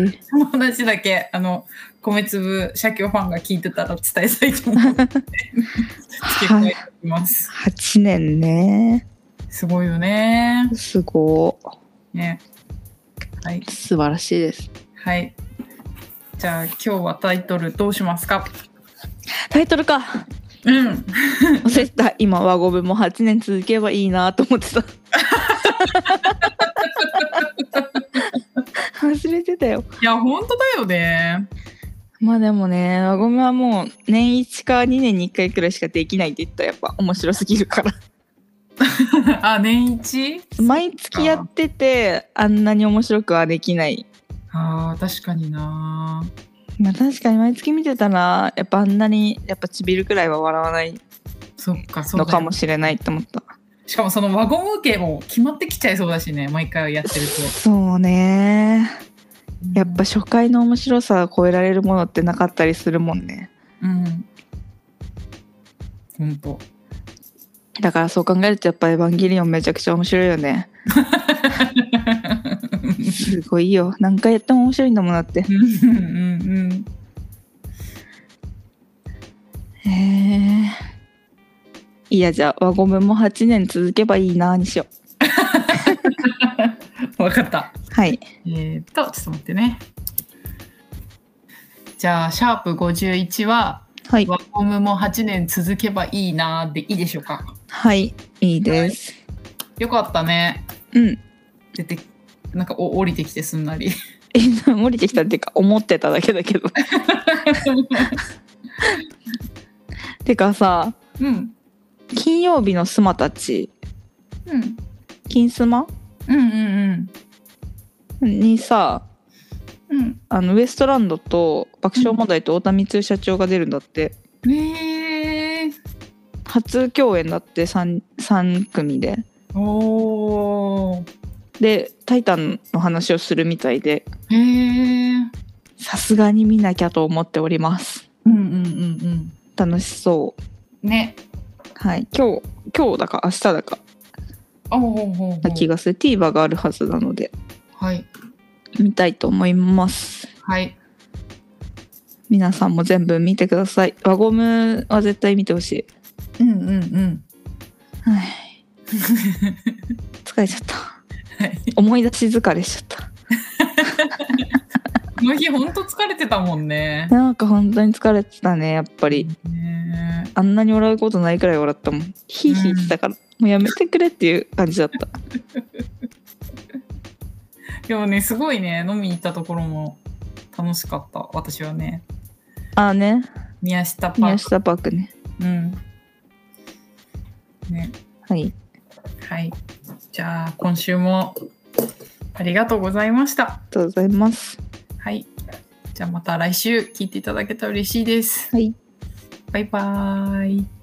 S1: ー、
S2: その話だけあの米粒社協ファンが聞いてたら伝えたいと思って 付け加えておきます
S1: 8年ね
S2: すごいよね
S1: すご
S2: ねはい
S1: い素晴らしいです
S2: はいじゃあ今日はタイトルどうしますか
S1: タイトルか
S2: うん
S1: 忘れてた今輪ゴムも8年続けばいいなと思ってた忘れてたよ
S2: いや、本当だよね。
S1: まあでもね輪ゴムはもう年1か2年に1回くらいしかできないって言ったらやっぱ面白すぎるから
S2: あ、年一
S1: 毎月やっててあんなに面白くはできない
S2: あー確かにな。
S1: まあ確かに毎月見てたらやっぱあんなにやっぱちびるくらいは笑わない
S2: そっか、そう
S1: の
S2: だ
S1: か
S2: よ
S1: もしれないって思った
S2: しかもその輪ゴム受けも決まってきちゃいそうだしね、毎回やってる
S1: そうね
S2: と。
S1: やっぱ、初回の面白さを超えられるものってなかったりするもんね
S2: うん。本 当。
S1: だからそう考えるとやっぱ「エヴァンゲリオン」めちゃくちゃ面白いよ ねすごいよ何回やっても面白いんだもんだって
S2: うんうんうん。
S1: へえいやじゃあ輪ゴムも8年続けばいいなにしよう
S2: わかった。
S1: はい
S2: えー、っと、ちょっと待ってね。じゃあ、シャープ51は、
S1: はい
S2: 輪ゴムも8年続けばいいなでいいでしょうか。
S1: はいいいです
S2: よかったね。
S1: うん
S2: 出てなんかお降りてきてすんなり
S1: え降りてきたっていうか思ってただけだけ どてかさ
S2: うん
S1: 金曜日のスマたち
S2: うん
S1: 金スマ
S2: うんうん
S1: にさ
S2: うん
S1: あのウエストランドと爆笑問題と太田光代社長が出るんだって、
S2: うんえー、
S1: 初共演だって 3, 三組で
S2: おー
S1: で「タイタン」の話をするみたいで
S2: えー、
S1: さすがに見なきゃと思っております
S2: うんうんうん
S1: 楽しそう
S2: うんね
S1: はい今日今日だか明日だか
S2: あほうほうほう
S1: な気がする TVer があるはずなので
S2: はい
S1: 見たいと思います
S2: はい
S1: 皆さんも全部見てください輪ゴムは絶対見てほしい
S2: うんうんうん
S1: はい 疲れちゃった
S2: はい
S1: 思い出し疲れしちゃっ
S2: この日ほんと疲れてたもんね
S1: たなんか本当に疲れてたねやっぱり
S2: ね
S1: あんなに笑うことないくらい笑ったもんヒーヒー言ってたから、もうやめてくれっていう感じだった
S2: でもねすごいね飲みに行ったところも楽しかった私はね
S1: ああね
S2: 宮下パ
S1: 宮
S2: ーク
S1: 下パークね
S2: うんね
S1: はい
S2: はいじゃあ今週もありがとうございました
S1: ありがとうございます
S2: はいじゃあまた来週聞いていただけたら嬉しいです
S1: はい
S2: バイバーイ